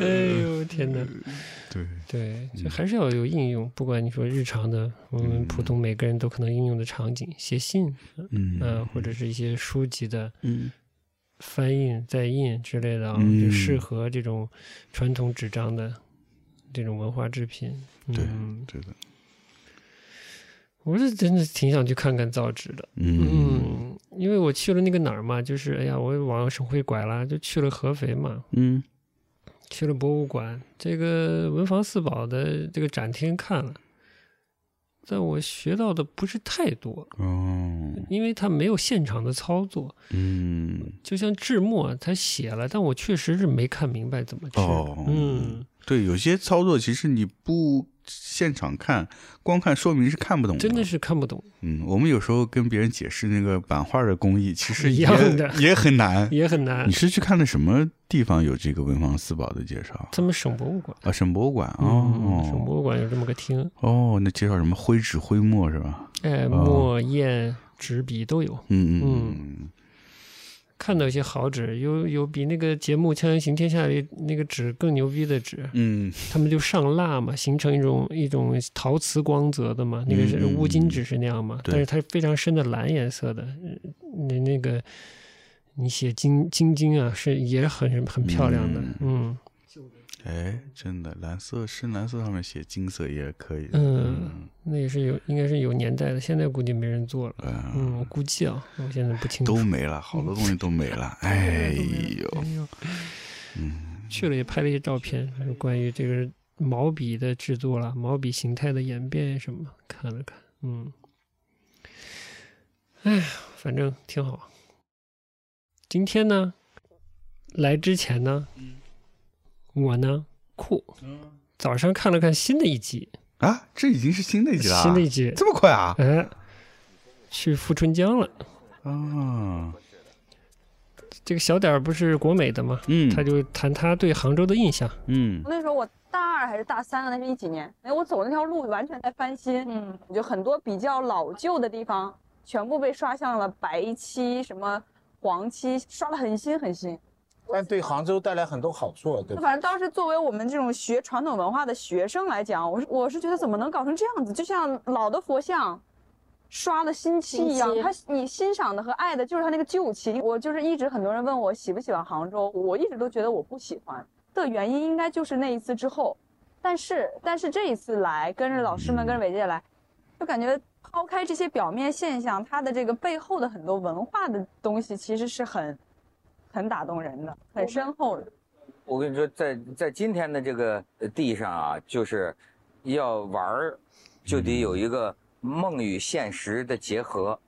Speaker 2: 哎呦天哪！
Speaker 1: 对，
Speaker 2: 对，就
Speaker 1: 嗯
Speaker 2: 还是要有应用，不管你说日常的，我们普通每个人都可能应用的场景，写信，
Speaker 1: 嗯
Speaker 2: 呃，或者是一些书籍的
Speaker 1: 嗯
Speaker 2: 翻印、再印之类的啊，
Speaker 1: 嗯
Speaker 2: 就适合这种传统纸张的这种文化制品。
Speaker 1: 对
Speaker 2: 嗯，
Speaker 1: 对的，
Speaker 2: 我是真的挺想去看看造纸的。
Speaker 1: 嗯
Speaker 2: 嗯，因为我去了那个哪儿嘛，就是哎呀，我往省会拐了，就去了合肥嘛，
Speaker 1: 嗯
Speaker 2: 去了博物馆，这个文房四宝的这个展厅看了，但我学到的不是太多，
Speaker 1: 哦
Speaker 2: 因为它没有现场的操作。
Speaker 1: 嗯
Speaker 2: 就像制墨，他写了，但我确实是没看明白怎么制。
Speaker 1: 哦
Speaker 2: 嗯，
Speaker 1: 对，有些操作其实你不现场看，光看说明是看不懂
Speaker 2: 真的是看不懂，
Speaker 1: 嗯，我们有时候跟别人解释那个版画的工艺，其实
Speaker 2: 一
Speaker 1: 也
Speaker 2: 样的
Speaker 1: 也很难。
Speaker 2: 也很难
Speaker 1: 你。是去看的什么地方有这个文房四宝的介绍
Speaker 2: 他们省博物馆，
Speaker 1: 啊？省博物馆
Speaker 2: 嗯，省
Speaker 1: 哦
Speaker 2: 博物馆有这么个厅，
Speaker 1: 哦，那介绍什么灰纸灰墨是吧？
Speaker 2: 哎，
Speaker 1: 哦
Speaker 2: 墨、砚、纸笔都有。
Speaker 1: 嗯嗯
Speaker 2: 看到一些好纸，有有比那个节目《锵锵行天下》里那个纸更牛逼的 纸，
Speaker 1: 嗯
Speaker 2: 他们就上蜡嘛，形成一种一种陶瓷光泽的嘛，那个是
Speaker 1: 嗯嗯
Speaker 2: 乌金纸是那样嘛，
Speaker 1: 对
Speaker 2: 但是它是非常深的蓝颜色的，呃那那个你写金金晶啊，是也很很漂亮的，嗯
Speaker 1: 嗯，哎，真的，蓝色深蓝色上面写金色也可以。
Speaker 2: 嗯那也是有应该是有年代的，现在估计没人做了，
Speaker 1: 嗯啊
Speaker 2: 嗯，我估计啊，我现在不清
Speaker 1: 嗯
Speaker 2: 楚
Speaker 1: 都，没
Speaker 2: 嗯
Speaker 1: 了，好多东西都没 了。哎呦，
Speaker 2: 去了也拍了一些照片，就是关于这个毛笔的制作啦、毛笔形态的演变什么，看了看，嗯，哎呀，反正挺好。今天呢，来之前呢，我呢酷，早上看了看新的一集，
Speaker 1: 啊，这已经是新的一集了啊，
Speaker 2: 新的一集，
Speaker 1: 这么快啊？
Speaker 2: 哎，去富春江了。
Speaker 1: 啊，
Speaker 2: 这个小点儿不是国美的吗？
Speaker 1: 嗯，
Speaker 2: 他就谈他对杭州的印象，
Speaker 1: 嗯
Speaker 4: 那时候我大二还是大三啊，那是一几年。哎，我走那条路完全在翻新，嗯，我就很多比较老旧的地方全部被刷向了白漆，什么黄漆，刷的很新很新。
Speaker 5: 但对杭州带来很多好处，啊对吧？
Speaker 4: 反正当时作为我们这种学传统文化的学生来讲，我是我是觉得怎么能搞成这样子？就像老的佛像刷了新漆一样
Speaker 6: 新漆，
Speaker 4: 他你欣赏的和爱的就是他那个旧漆。我就是一直很多人问我喜不喜欢杭州，我一直都觉得我不喜欢的原因应该就是那一次之后。但是但是这一次来，跟着老师们，跟着伟姐来，就感觉抛开这些表面现象，它的这个背后的很多文化的东西，其实是很很打动人的，很深厚的。
Speaker 7: 我跟你说，在在今天的这个呃地上啊，就是要玩儿，就得
Speaker 1: 嗯
Speaker 7: 有一个梦与现实的结合，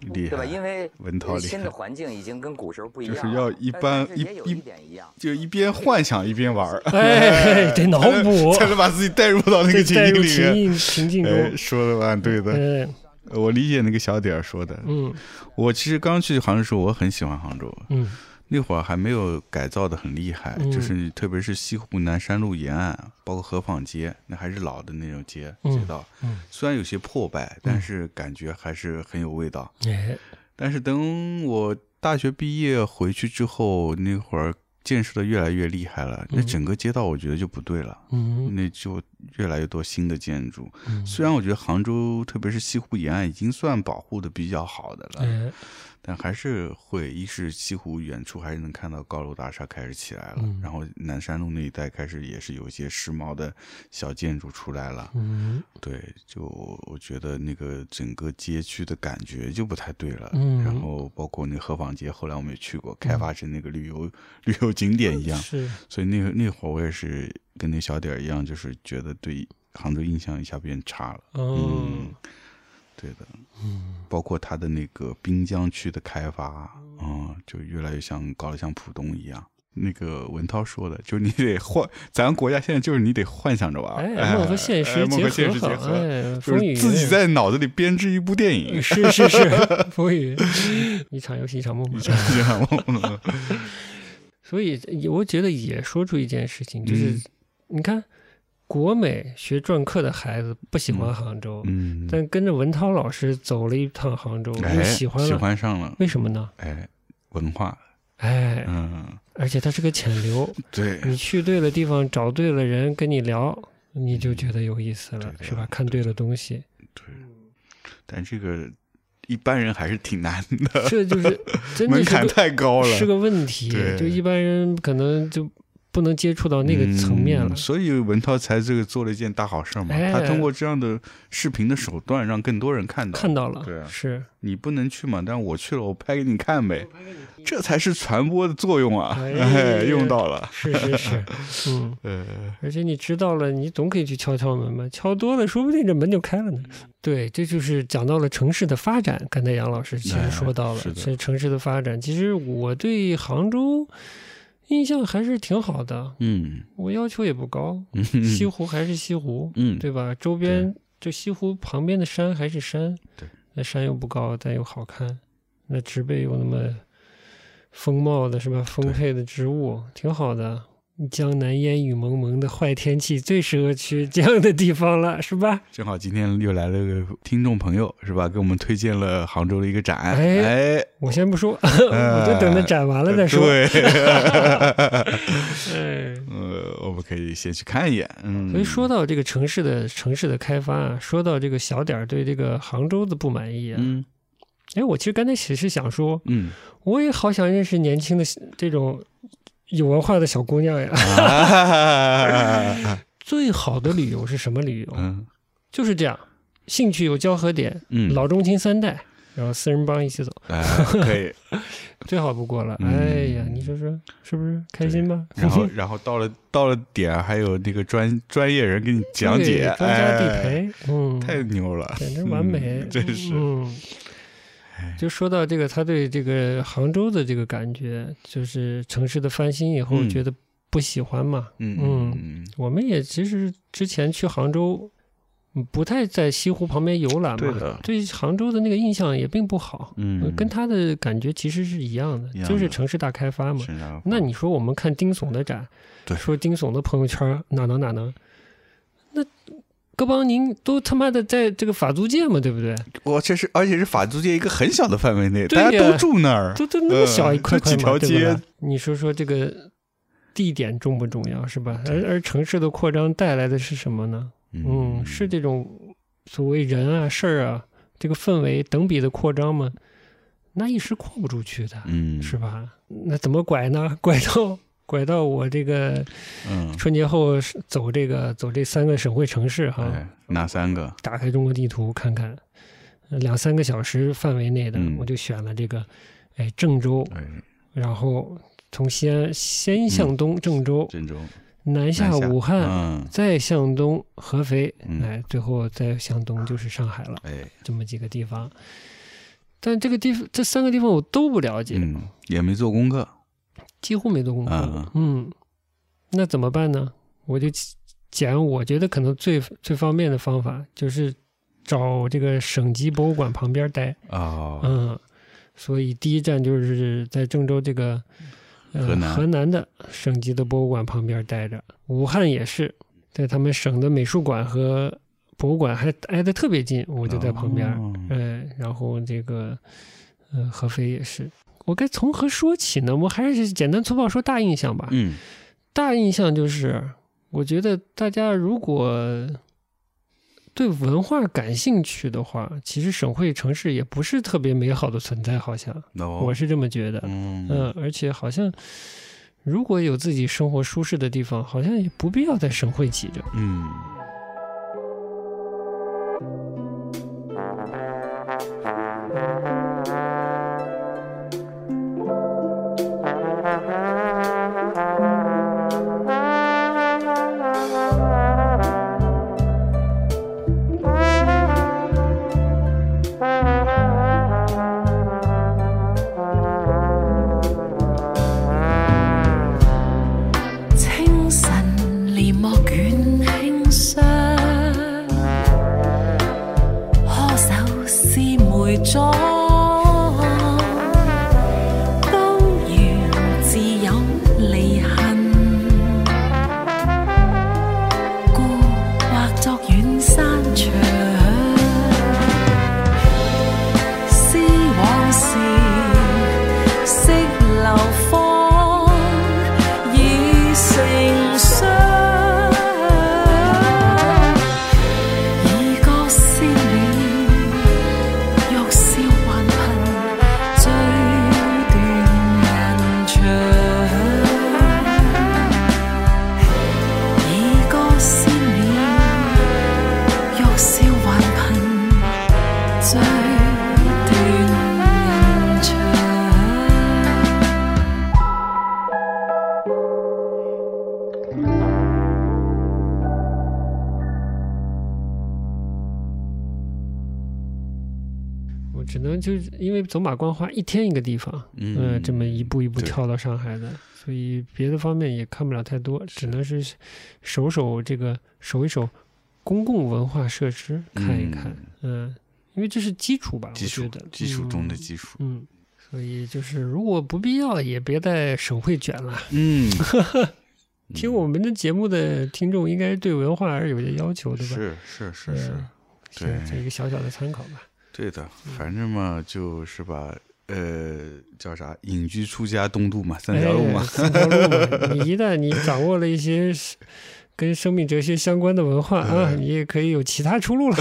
Speaker 1: 厉
Speaker 7: 嗯对吧？
Speaker 1: 害，
Speaker 7: 因为呃
Speaker 1: 文涛厉害
Speaker 7: 新的环境已经跟古时候不一
Speaker 1: 就
Speaker 7: 样了，
Speaker 1: 是要一
Speaker 7: 但
Speaker 1: 般
Speaker 7: 但
Speaker 1: 一
Speaker 7: 是也有一
Speaker 1: 一
Speaker 7: 点一样。
Speaker 1: 就一边幻想一边玩儿，
Speaker 2: 哎，得脑补，
Speaker 1: 才能把自己带入到那个
Speaker 2: 得
Speaker 1: 情
Speaker 2: 带
Speaker 1: 境
Speaker 2: 入
Speaker 1: 里
Speaker 2: 情
Speaker 1: 面。
Speaker 2: 境情境
Speaker 1: 哎，
Speaker 2: 中。
Speaker 1: 说的蛮对的，
Speaker 2: 嗯
Speaker 1: 我理解那个小点儿说的。
Speaker 2: 嗯
Speaker 1: 我其实刚去杭州的时候，我很喜欢杭州，
Speaker 2: 嗯
Speaker 1: 那会儿还没有改造的很厉害，
Speaker 2: 嗯
Speaker 1: 就是特别是西湖南山路沿岸，包括河坊街，那还是老的那种街
Speaker 2: 嗯
Speaker 1: 街道，
Speaker 2: 嗯
Speaker 1: 虽然有些破败，但是感觉还是很有味道。
Speaker 2: 哎
Speaker 1: 但是等我大学毕业回去之后，那会儿建设的越来越厉害了，那
Speaker 2: 嗯
Speaker 1: 整个街道我觉得就不对了。
Speaker 2: 嗯
Speaker 1: 那就越来越多新的建筑，
Speaker 2: 嗯
Speaker 1: 虽然我觉得杭州，特别是西湖沿岸已经算保护的比较好的了，
Speaker 2: 哎
Speaker 1: 但还是会，一是西湖远处还是能看到高楼大厦开始起来了，
Speaker 2: 嗯
Speaker 1: 然后南山路那一带开始也是有一些时髦的小建筑出来了。
Speaker 2: 嗯
Speaker 1: 对，就我觉得那个整个街区的感觉就不太对了。
Speaker 2: 嗯
Speaker 1: 然后包括那个河坊街，后来我们也去过，开发成那个旅游、旅游景点一 样。
Speaker 2: 是
Speaker 1: 所以那个那会儿我也是跟那小点儿一样，就是觉得对杭州印象一下变差了。
Speaker 2: 哦
Speaker 1: 嗯，对的，嗯，包括它的那个滨江区的开发，嗯，就越来越像搞得像浦东一样。那个文涛说的，就是你得幻，咱国家现在就是你得幻想着玩，
Speaker 2: 哎，梦和现
Speaker 1: 哎
Speaker 2: 实
Speaker 1: 梦和现实
Speaker 2: 结合
Speaker 1: 结
Speaker 2: 好，
Speaker 1: 合，
Speaker 2: 哎，
Speaker 1: 就
Speaker 2: 风雨
Speaker 1: 是自己
Speaker 2: 人
Speaker 1: 在脑子里编织一部电影。
Speaker 2: 是 是是风雨，一场游戏一场梦嘛。 所以也我觉得也说出一件事情，就是、
Speaker 1: 嗯
Speaker 2: 你看国美学篆刻的孩子不喜欢
Speaker 1: 嗯
Speaker 2: 杭州，
Speaker 1: 嗯，
Speaker 2: 但跟着文涛老师走了一趟杭州，
Speaker 1: 哎
Speaker 2: 又喜欢了，
Speaker 1: 喜欢上了，
Speaker 2: 为什么呢？
Speaker 1: 哎，文化，
Speaker 2: 哎，
Speaker 1: 嗯，
Speaker 2: 而且它是个潜流，
Speaker 1: 对，
Speaker 2: 你去对了地方，找对了人跟你聊，你就觉得有意思了，
Speaker 1: 嗯对的
Speaker 2: 是吧？看对了 东西，
Speaker 1: 对，但这个一般人还是挺难的，
Speaker 2: 这就是 真的
Speaker 1: 门
Speaker 2: 是
Speaker 1: 槛
Speaker 2: 个
Speaker 1: 太高了，
Speaker 2: 是个问题，
Speaker 1: 对
Speaker 2: 就一般人可能就不能接触到那个层面了
Speaker 1: 嗯。所以文涛才这个做了一件大好事儿嘛，
Speaker 2: 哎
Speaker 1: 他通过这样的视频的手段，让更多人看到。
Speaker 2: 看到了，
Speaker 1: 对啊
Speaker 2: 是，
Speaker 1: 你不能去嘛，但我去了，我拍给你看呗，这才是传播的作用啊！
Speaker 2: 哎
Speaker 1: 哎，用到了。
Speaker 2: 是是是， 嗯，
Speaker 1: 呃，
Speaker 2: 而且你知道了，你总可以去敲敲门嘛，敲多了，说不定这门就开了呢。
Speaker 1: 嗯
Speaker 2: 对，这就是讲到了城市的发展。刚才杨老师其实说到了
Speaker 1: 哎是，的
Speaker 2: 这、城市的发展，其实我对杭州印象还是挺好的，
Speaker 1: 嗯，
Speaker 2: 我要求也不高，
Speaker 1: 嗯
Speaker 2: 西湖还是西湖，
Speaker 1: 嗯
Speaker 2: 对吧？周边就西湖旁边的山还是山，
Speaker 1: 对，
Speaker 2: 那山又不高，但又好看，那植被又那么丰茂的是吧？丰沛的植物挺好的。江南烟雨蒙蒙的坏天气最适合去这样的地方了，是吧？
Speaker 1: 正好今天又来了个听众朋友，是吧？给我们推荐了杭州的一个展，
Speaker 2: 哎
Speaker 1: 哎，
Speaker 2: 我先 不说，我就等它展完了再说。
Speaker 1: 呃对，
Speaker 2: 哎
Speaker 1: 呃，我们可以先去看一眼。嗯，
Speaker 2: 所以说到这个城市的城市的开发啊，说到这个小点儿对这个杭州的不满意啊，
Speaker 1: 嗯
Speaker 2: 哎，我其实刚才只是想说，
Speaker 1: 嗯，
Speaker 2: 我也好想认识年轻的这种有文化的小姑娘呀。
Speaker 1: 嗯啊
Speaker 2: 最好的旅游是什么旅游？
Speaker 1: 嗯
Speaker 2: 就是这样，兴趣有交合点，
Speaker 1: 嗯，
Speaker 2: 老中青三代，然后四人帮一起走，
Speaker 1: 哎可以。
Speaker 2: 最好不过了。
Speaker 1: 嗯
Speaker 2: 哎呀，你说说是不是开心吧？
Speaker 1: 然 后，然后到了到了点儿，还有那个专专业人给你讲
Speaker 2: 对
Speaker 1: 解，
Speaker 2: 专家地
Speaker 1: 哎，
Speaker 2: 陪，嗯，
Speaker 1: 太牛了，
Speaker 2: 简直完美，
Speaker 1: 嗯真是哎
Speaker 2: 嗯。就说到这个，他对这个杭州的这个感觉，就是城市的翻新以后，
Speaker 1: 嗯
Speaker 2: 觉得不喜欢嘛。
Speaker 1: 嗯
Speaker 2: 嗯
Speaker 1: 嗯，
Speaker 2: 我们也其实之前去杭州，嗯不太在西湖旁边游览嘛，
Speaker 1: 对的
Speaker 2: 对杭州的那个印象也并不好，
Speaker 1: 嗯
Speaker 2: 呃跟他的感觉其实是一样的，
Speaker 1: 一样的
Speaker 2: 就是城市大开发嘛。
Speaker 1: 是啊
Speaker 2: 那你说我们看丁总的展，
Speaker 1: 对
Speaker 2: 说丁总的朋友圈哪能哪能，那各邦您都他妈的在这个法租界嘛，对不对？
Speaker 1: 我这是而且是法租界一个很小的范围内，
Speaker 2: 对
Speaker 1: 大家
Speaker 2: 呀
Speaker 1: 都住那儿，
Speaker 2: 都都那么小一
Speaker 1: 嗯
Speaker 2: 块块
Speaker 1: 几
Speaker 2: 嘛，
Speaker 1: 条
Speaker 2: 对
Speaker 1: 街
Speaker 2: 吧？你说说这个地点重不重要是吧？而而城市的扩张带来的是什么呢？嗯，是这种所谓人啊、事儿啊，这个氛围等比的扩张吗？那一时扩不出去的，
Speaker 1: 嗯
Speaker 2: 是吧？那怎么拐呢？ 拐到拐到我这个
Speaker 1: 嗯，
Speaker 2: 春节后是走这个走这三个省会城市哈，
Speaker 1: 哎，哪三个？
Speaker 2: 打开中国地图看看，呃两三个小时范围内的，
Speaker 1: 嗯
Speaker 2: 我就选了这个，哎，郑州，
Speaker 1: 哎，
Speaker 2: 然后从西安先向东郑州，
Speaker 1: 郑州、
Speaker 2: 南下
Speaker 1: 嗯南
Speaker 2: 武汉，
Speaker 1: 嗯，
Speaker 2: 再向东合肥，
Speaker 1: 嗯
Speaker 2: 哎，最后再向东就是上海了，
Speaker 1: 哎，
Speaker 2: 这么几个地方。但这个地方，这三个地方我都不了解，
Speaker 1: 嗯，也没做功课，
Speaker 2: 几乎没做功课。
Speaker 1: 啊
Speaker 2: 嗯，那怎么办呢？我就讲，我觉得可能最最方便的方法就是找这个省级博物馆旁边待。
Speaker 1: 哦，
Speaker 2: 嗯，所以第一站就是在郑州这个、呃、
Speaker 1: 河南
Speaker 2: 的省级的博物馆旁边待着，武汉也是，在他们省的美术馆和博物馆还挨得特别近，我
Speaker 1: 我
Speaker 2: 就在旁边。
Speaker 1: 哦、
Speaker 2: 嗯，然后这个，呃，合肥也是。我该从何说起呢？我还是简单粗暴说大印象吧。
Speaker 1: 嗯，
Speaker 2: 大印象就是，我觉得大家如果对文化感兴趣的话，其实省会城市也不是特别美好的存在，好像、
Speaker 1: 那
Speaker 2: 我是这么觉得。
Speaker 1: 哦嗯
Speaker 2: 嗯，而且好像如果有自己生活舒适的地方，好像也不必要在省会挤着。
Speaker 1: 嗯
Speaker 3: 清晨簾幕捲輕霜，呵手撕梅妝，高原自有離恨，故或作遠山長。思往事，惜流芳。已成霜，已覺思念，欲笑還貧，追斷人腸。已覺思念，欲笑還貧，追斷人腸。
Speaker 2: 我只能就是因为走马观花，一天一个地方，
Speaker 1: 嗯
Speaker 2: 呃，这么一步一步
Speaker 1: 对
Speaker 2: 跳到上海的，所以别的方面也看不了太多，只能是守守这个守一守公共文化设施，看一看，嗯、因为这是基础吧，
Speaker 1: 基础
Speaker 2: 我觉得
Speaker 1: 基础中的基础，
Speaker 2: 嗯。嗯所以就是，如果不必要，也别在省会卷了。
Speaker 1: 嗯，
Speaker 2: 听我们的节目的听众，应该对文化还是有些要求，对吧？
Speaker 1: 是是是
Speaker 2: 嗯
Speaker 1: 是，对
Speaker 2: 这一个小小的参考吧。
Speaker 1: 对的，
Speaker 2: 嗯
Speaker 1: 反正嘛就是吧，呃，叫啥？隐居出家东渡嘛，三条路嘛
Speaker 2: 哎，三条路嘛。你一旦你掌握了一些是跟生命哲学相关的文化啊，
Speaker 1: 哎
Speaker 2: 你也可以有其他出路了。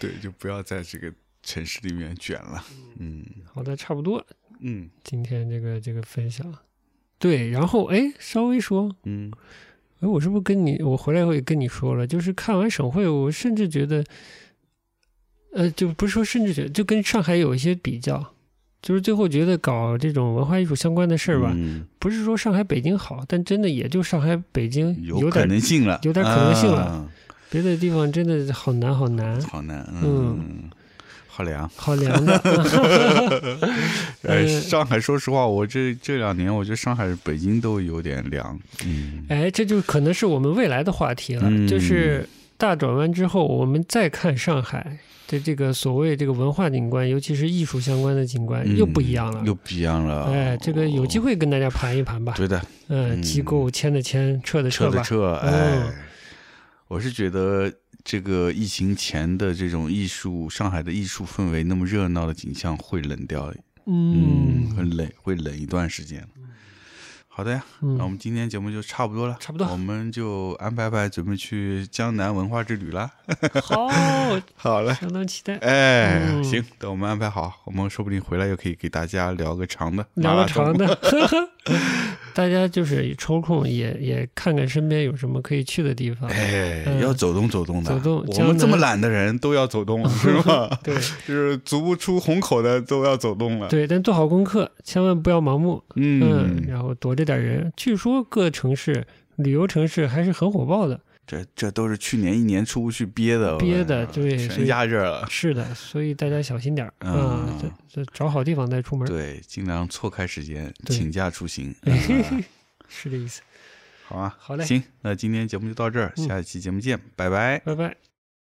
Speaker 1: 对，就不要在这个城市里面卷了，嗯
Speaker 2: 好的，差不多，
Speaker 1: 嗯
Speaker 2: 今天这个这个分享。对，然后哎，稍微说，
Speaker 1: 嗯，
Speaker 2: 哎，我是不是跟你，我回来以后也跟你说了，就是看完省会，我甚至觉得，呃，就不是说甚至觉得，就跟上海有一些比较，就是最后觉得搞这种文化艺术相关的事儿吧，
Speaker 1: 嗯
Speaker 2: 不是说上海、北京好，但真的也就上海、北京
Speaker 1: 有可
Speaker 2: 点
Speaker 1: 能性了，
Speaker 2: 有点可能性了
Speaker 1: 啊
Speaker 2: 别的地方真的好难好 难，
Speaker 1: 好难，
Speaker 2: 嗯
Speaker 1: 嗯，好凉。
Speaker 2: 好凉的。
Speaker 1: 哎，
Speaker 2: 呃
Speaker 1: 上海，说实话，我这这两年，我觉得上海、北京都有点凉。嗯，
Speaker 2: 哎，这就可能是我们未来的话题了，
Speaker 1: 嗯
Speaker 2: 就是大转弯之后，我们再看上海的这个所谓这个文化景观，尤其是艺术相关的景观，又不一样了
Speaker 1: 嗯又。不一样了。哦
Speaker 2: 哎，这个有机会跟大家盘一盘吧。
Speaker 1: 对的，
Speaker 2: 嗯，
Speaker 1: 嗯
Speaker 2: 机构签的签，撤的
Speaker 1: 撤的
Speaker 2: 吧。
Speaker 1: 撤，
Speaker 2: 嗯
Speaker 1: 哎，我是觉得这个疫情前的这种艺术，上海的艺术氛围那么热闹的景象会冷掉，嗯，很冷，会冷一段时间。好的呀，
Speaker 2: 嗯
Speaker 1: 那我们今天节目就差不多了，
Speaker 2: 差不多
Speaker 1: 我们就安排安排准备去江南文化之旅啦。
Speaker 2: 好，
Speaker 1: 好嘞，
Speaker 2: 相当期 待。
Speaker 1: 哎，
Speaker 2: 嗯
Speaker 1: 行，等我们安排好，我们说不定回来又可以给大家聊个长的，
Speaker 2: 聊
Speaker 1: 马
Speaker 2: 个
Speaker 1: 拉松
Speaker 2: 长的，呵呵 大家就是抽空也也看看身边有什么可以去的地方。
Speaker 1: 哎，
Speaker 2: 嗯
Speaker 1: 要走动走动的。
Speaker 2: 走动
Speaker 1: 我
Speaker 2: 江
Speaker 1: 们这么
Speaker 2: 南
Speaker 1: 懒的人都要走 动，是吗？
Speaker 2: 对
Speaker 1: 就是足不出虹口的都要走动了。
Speaker 2: 对，但做好功课，千万不要盲目。嗯，
Speaker 1: 嗯，
Speaker 2: 然后躲着点人。据说各城市旅游城市还是很火爆的。
Speaker 1: 这这都是去年一年出不去憋的，我跟
Speaker 2: 憋
Speaker 1: 你
Speaker 2: 的
Speaker 1: 说
Speaker 2: 对所
Speaker 1: 全
Speaker 2: 以
Speaker 1: 压这儿了。
Speaker 2: 是的，所以大家小心点儿啊
Speaker 1: 嗯，
Speaker 2: 这这找好地方再出门。
Speaker 1: 对，尽量错开时间，
Speaker 2: 对
Speaker 1: 请假出 行。嗯
Speaker 2: 对，是这意思。
Speaker 1: 好啊，
Speaker 2: 好嘞
Speaker 1: 行，那今天节目就到这儿，
Speaker 2: 嗯
Speaker 1: 下一期节目见，拜拜。
Speaker 2: 拜拜。